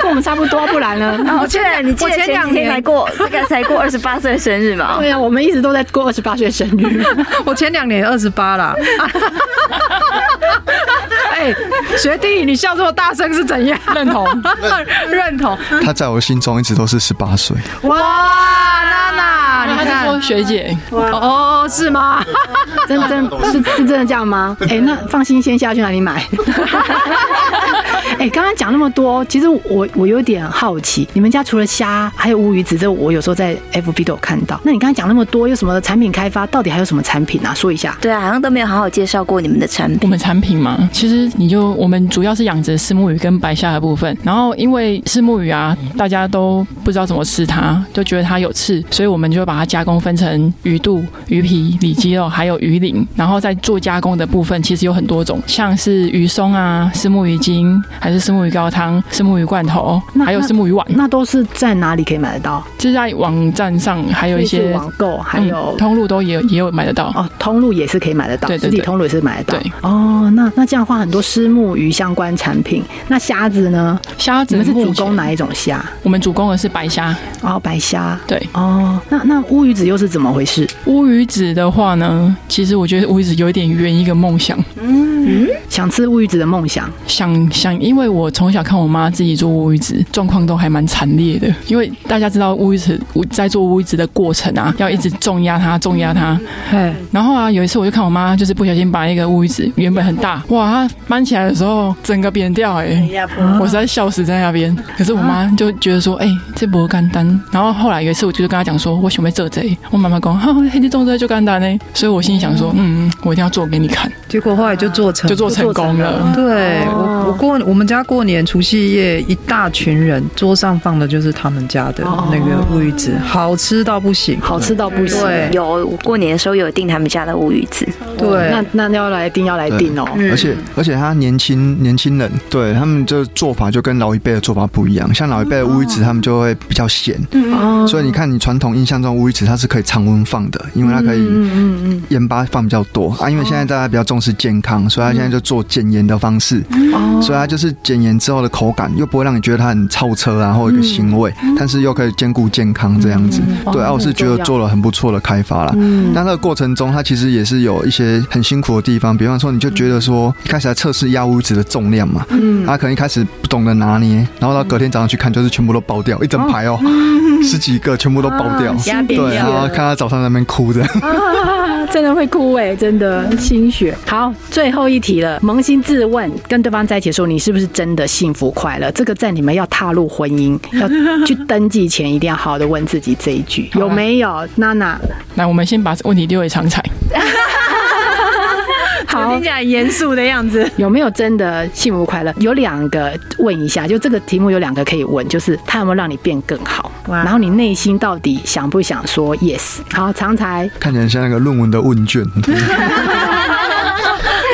Speaker 2: 跟我们差不多，不然呢？
Speaker 3: 哦我记得你记得前几天才过这个才过二十八岁的生日 嘛？
Speaker 2: 对啊呀、我们一直都在过二十八岁生日。
Speaker 5: 我前两年二十八 啦。哎，学弟，你笑这么大声是怎样？认 同，认同。
Speaker 2: 嗯
Speaker 6: 他在我心中一直都是十八岁。
Speaker 5: 哇，娜娜，你
Speaker 7: 啊他就
Speaker 5: 看
Speaker 7: 说，学姐，
Speaker 5: 哦，是吗？
Speaker 2: 真真是是真的这样吗？哎、那放心，先下去哪里买？ 哎、刚刚讲那么多，其实我我有点好奇，你们家除了虾还有乌鱼子，这我有时候在 FB 都有看到。那你刚刚讲那么多，有什么产品开发？到底还有什么产品啊？说一下。
Speaker 3: 对啊，好像都没有好好介绍过你们的产
Speaker 7: 我
Speaker 3: 品。
Speaker 7: 们产品嘛，其实你就我们主要是养殖石目鱼跟白虾的部分。然后因为石目鱼啊，大家都不知道怎么吃它，就觉得它有刺，所以我们就把它加工分成鱼肚、鱼皮、里脊肉还有鱼鳞。然后在做加工的部分，其实有很多种，像是鱼松啊、石目鱼筋，还是石目鱼高汤、石目鱼罐头，
Speaker 2: 那
Speaker 7: 还有
Speaker 2: 那
Speaker 7: 石目鱼碗，
Speaker 2: 那都是在哪里可以买得到？
Speaker 7: 就在网站上还有一
Speaker 2: 所以
Speaker 7: 些
Speaker 2: 是网购，还有
Speaker 7: 嗯、通路都也有也有买得到。
Speaker 2: 哦，通路也是可以买得到，
Speaker 7: 对对
Speaker 2: 实体
Speaker 7: 对
Speaker 2: 通路也是买得到。
Speaker 7: 对
Speaker 2: 哦，那那这样的话，很多虱目鱼相关产品，那虾子呢？
Speaker 7: 虾子
Speaker 2: 你们是主
Speaker 7: 目前
Speaker 2: 攻哪一种虾？
Speaker 7: 我们主攻的是白虾，
Speaker 2: 哦，白虾。
Speaker 7: 对。
Speaker 2: 哦，那那乌鱼子又是怎么回事？
Speaker 7: 乌鱼子的话呢，其实我觉得乌鱼子有一点圆一个梦想，
Speaker 6: 嗯
Speaker 2: 想吃乌鱼子的梦想，
Speaker 7: 想想，因为我从小看我妈自己做乌鱼子，状况都还蛮惨烈的。因为大家知道乌鱼子，我在做乌鱼子的过程啊，要一直重压它，重压它。
Speaker 5: 哎，
Speaker 7: 然后啊，有一次我就看我妈，就是不小心把一个乌鱼子原本很大，哇，她搬起来的时候整个扁掉、欸，我实在笑死在那边。可是我妈就觉得说，哎、这不简单。然后后来有一次，我就跟她讲说，我想要做这，我妈妈讲，哈、黑地种这就简单呢。所以我心里想说，嗯，我一定要做给你看，
Speaker 5: 结果后来就做嗯哦成
Speaker 7: 就。做成功了。
Speaker 5: 对我，我过我们家过年除夕夜，一大群人桌上放的就是他们家的那个乌鱼子，哦好吃到不行。
Speaker 2: 好吃到不行。
Speaker 5: 对
Speaker 3: 有，我过年的时候有订他们家的乌鱼子，
Speaker 5: 对，
Speaker 2: 哦那那要来订要来订哦。
Speaker 3: 嗯
Speaker 6: 而且而且他年轻年轻人，对他们这做法就跟老一辈的做法不一样。像老一辈的乌鱼子，他们就会比较咸，
Speaker 2: 哦，
Speaker 6: 嗯所以你看你传统印象中乌鱼子它是可以常温放的，因为它可以
Speaker 2: 嗯嗯
Speaker 6: 盐巴放比较多啊。因为现在大家比较重视健康，所以它现在就做减盐的方式，
Speaker 2: 哦嗯，哦，
Speaker 6: 所以它就是减盐之后的口感又不会让你觉得它很臭车啊或者一个腥味，
Speaker 2: 嗯
Speaker 6: 但是又可以兼顾健康这样子。对啊，我是觉得做了很不错的开发啦。
Speaker 2: 嗯
Speaker 6: 那那个过程中，它其实也是有一些很辛苦的地方，比方说，你就觉得说，一开始来测试压屋子的重量嘛，
Speaker 2: 嗯，
Speaker 6: 它可能一开始不懂得拿捏，然后到隔天早上去看，就是全部都爆掉，一整排哦，
Speaker 2: 嗯
Speaker 6: 十几个全部都爆掉，
Speaker 2: 虾饼
Speaker 6: 对，啊然后 看他早上在那边哭着，
Speaker 2: 啊，真的会哭哎，真的心血。好，最后一题了，扪心自问，跟对方在一起的时候，你是不是真的幸福快乐？这个在你们要踏入婚姻、要去登记前，一定要好好的问自己这一句，
Speaker 6: 啊
Speaker 2: 有没有？娜娜，
Speaker 7: 来，我们先把问题丢给常彩。
Speaker 2: 好
Speaker 4: 听。起来很严肃的样子。
Speaker 2: 有没有真的幸福快乐？有两个问一下，就这个题目有两个可以问，就是他有没有让你变更好，
Speaker 4: 哇
Speaker 2: 然后你内心到底想不想说 yes？好，常才
Speaker 6: 看起来像那个论文的问 卷。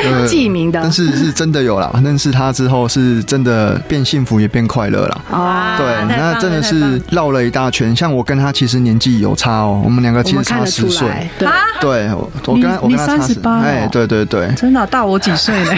Speaker 6: 呃
Speaker 2: 记名的
Speaker 6: 但是是真的有啦，认识他之后是真的变幸福也变快乐啦。
Speaker 2: 哦，
Speaker 6: 对，
Speaker 4: 太棒
Speaker 6: 那
Speaker 4: 了
Speaker 6: 真的
Speaker 4: 太
Speaker 6: 是绕了一大圈。像我跟他其实年纪有差哦，我们两个
Speaker 2: 我
Speaker 6: 其实
Speaker 2: 们看
Speaker 6: 差
Speaker 2: 得出
Speaker 6: 十岁。
Speaker 2: 来，对，
Speaker 6: 对，我我跟他我
Speaker 5: 你
Speaker 6: 跟他
Speaker 5: 你
Speaker 6: 差十
Speaker 5: 38哦
Speaker 6: 哎，对对对，
Speaker 5: 真的啊、大我几岁呢？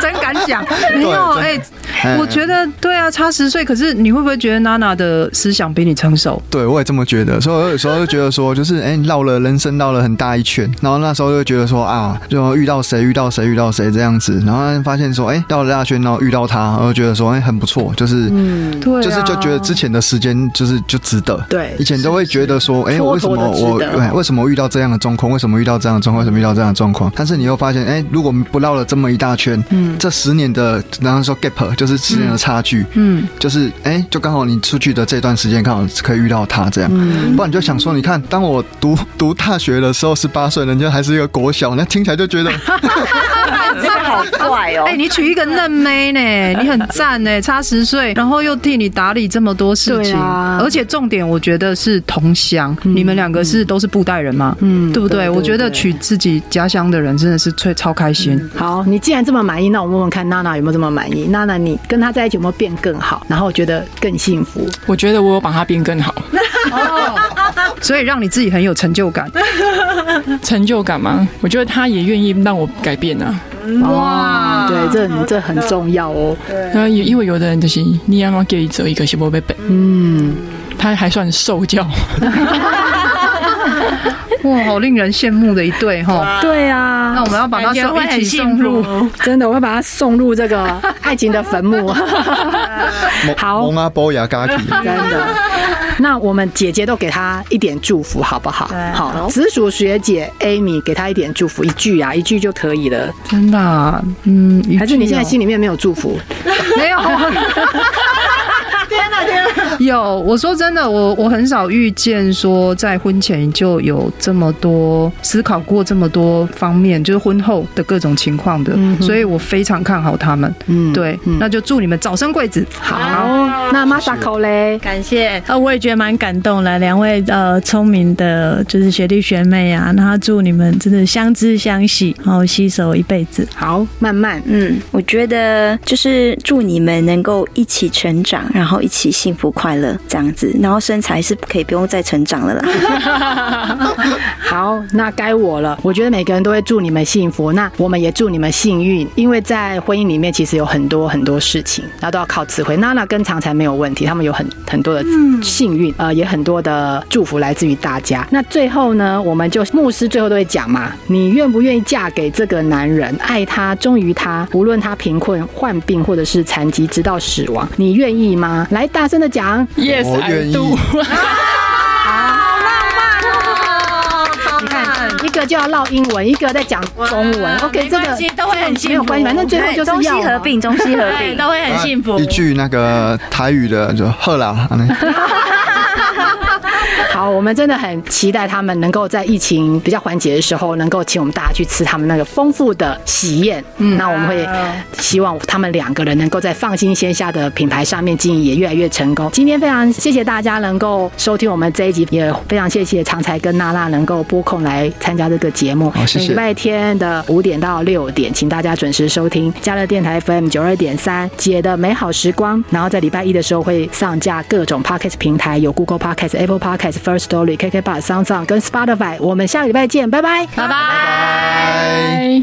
Speaker 5: 真敢讲，没有
Speaker 6: 对
Speaker 5: 哎、
Speaker 6: 哎
Speaker 5: 我觉得对啊，差十岁，可是你会不会觉得娜娜的思想比你成熟？
Speaker 6: 对我也这么觉得，所以我有时候就觉得说，就是哎，绕了人生绕了很大一圈，然后那时候就觉得说啊，就遇到谁遇到谁遇到谁这样子，然后发现说哎，绕了大圈，然后遇到他，我就觉得说哎很不错，就是
Speaker 2: 嗯
Speaker 5: 对、啊，
Speaker 6: 就是就觉得之前的时间就是就值得。
Speaker 2: 对
Speaker 6: 以前都会觉得说，哎、
Speaker 2: 蹉
Speaker 6: 为什
Speaker 2: 跎
Speaker 6: 么
Speaker 2: 的值
Speaker 6: 我哎
Speaker 2: 得
Speaker 6: 对为什么我遇到这样的状况？为什么遇到这样的状况？为什么遇到这样的状况？但是你又发现，哎、如果我们不绕了这么一大圈，嗯，这十年的，然后说 gap 就是十年的差距，嗯，就是哎、就刚好你出去的这段时间刚好可以遇到他这样，不然你就想说，你看，当我读读大学的时候十八岁，人家还是一个国小，那听起来就觉得
Speaker 3: 这个好怪哦
Speaker 5: 哎、你娶一个嫩妹呢，你很赞呢，差十岁，然后又替你打理这么多事
Speaker 2: 对
Speaker 5: 情，
Speaker 2: 啊
Speaker 5: 而且重点我觉得是同乡，你们两个是、都是布袋人嘛，
Speaker 2: 嗯
Speaker 5: 对不
Speaker 2: 对
Speaker 5: 对？
Speaker 2: 对
Speaker 5: 我觉得
Speaker 2: 对
Speaker 5: 娶自己家乡的人真的是最超开心。
Speaker 2: 好，你既然这么满意，那我问问看娜娜有没有这么满意？娜娜，你跟他在一起有没有变更好？然后觉得更幸福？
Speaker 7: 我觉得我有把它变更好，
Speaker 5: 所以让你自己很有成就感。
Speaker 7: 成就感嘛，我觉得他也愿意让我改变啊。
Speaker 2: 哇，哦对，这很这很重要哦。
Speaker 7: 那也因为有的人就是你要给一折一个是不被本，
Speaker 2: 嗯，
Speaker 7: 他还算受教。
Speaker 5: 哇，好令人羡慕的一对哈！
Speaker 2: 对啊，
Speaker 5: 那我们要把它
Speaker 4: 感觉
Speaker 5: 送
Speaker 4: 会
Speaker 5: 一
Speaker 4: 很
Speaker 5: 起
Speaker 4: 幸
Speaker 5: 送入
Speaker 2: 真的，我会把他送入这个 爱情的坟 墓。
Speaker 6: 蒙
Speaker 2: 好
Speaker 6: 蒙阿波雅嘎奇。
Speaker 2: 真的。那我们姐姐都给她一点祝福，好不好？好，直属学姐 Amy 给她一点祝福，一句啊，一句就可以了。
Speaker 5: 真的啊，嗯，一句哦
Speaker 2: 还是你现在心里面没有祝福？
Speaker 5: 没有？天哪，天哪！有，我说真的，我我很少遇见说在婚前就有这么多思考过这么多方面，就是婚后的各种情况的，
Speaker 2: 嗯哼
Speaker 5: 所以我非常看好他们。
Speaker 2: 嗯，
Speaker 5: 对，
Speaker 2: 嗯
Speaker 5: 那就祝你们早生贵子。
Speaker 2: 好，那 Masako 嘞，
Speaker 4: 感谢，呃，我也觉得蛮感动的，两位呃聪明的，就是学弟学妹啊，那祝你们真的相知相惜，然后携手一辈子。
Speaker 2: 好，慢慢，
Speaker 3: 嗯，我觉得就是祝你们能够一起成长，然后一起幸福快乐这样子，然后身材是可以不用再成长了啦。
Speaker 2: 好，那该我了。我觉得每个人都会祝你们幸福，那我们也祝你们幸运，因为在婚姻里面其实有很多很多事情，那都要靠智慧。娜娜跟常才没有问题，他们有很很多的幸运，呃，也很多的祝福来自于大家。那最后呢，我们就牧师最后都会讲嘛，你愿不愿意嫁给这个男人，爱他，忠于他，无论他贫困、患病或者是残疾，直到死亡，你愿意吗？来，大声的讲。
Speaker 7: Yes,
Speaker 6: 我
Speaker 7: I
Speaker 6: 愿
Speaker 7: do
Speaker 6: 意。
Speaker 2: 你看，一个就要唠英文，一个在讲中文。OK，
Speaker 4: 没
Speaker 2: 这
Speaker 4: 关
Speaker 2: 个
Speaker 4: 系都会很幸福哎
Speaker 2: 没有关系，反正 最后就是哎要啊
Speaker 3: 中西
Speaker 2: 嘛
Speaker 3: 合。并，中西合并。
Speaker 4: 都会很幸福。
Speaker 6: 啊一句那个台语的就贺啦，这样
Speaker 2: 好，我们真的很期待他们能够在疫情比较缓解的时候，能够请我们大家去吃他们那个丰富的喜宴。嗯，那我们会希望他们两个人能够在放心线下的品牌上面经营也越来越成功。今天非常谢谢大家能够收听我们这一集，也非常谢谢常才跟娜娜能够拨空来参加这个节目。
Speaker 6: 好谢谢
Speaker 2: 每礼拜天的五点到六点，请大家准时收听加乐电台 FM 九二点三《姐的美好时光》，然后在礼拜一的时候会上架各种 Podcast 平台，有 Google Podcast、Apple Podcast、First Story、KKBox、s o u n d s o n 跟 Spotify。我们下个礼拜见，拜拜。
Speaker 6: 拜。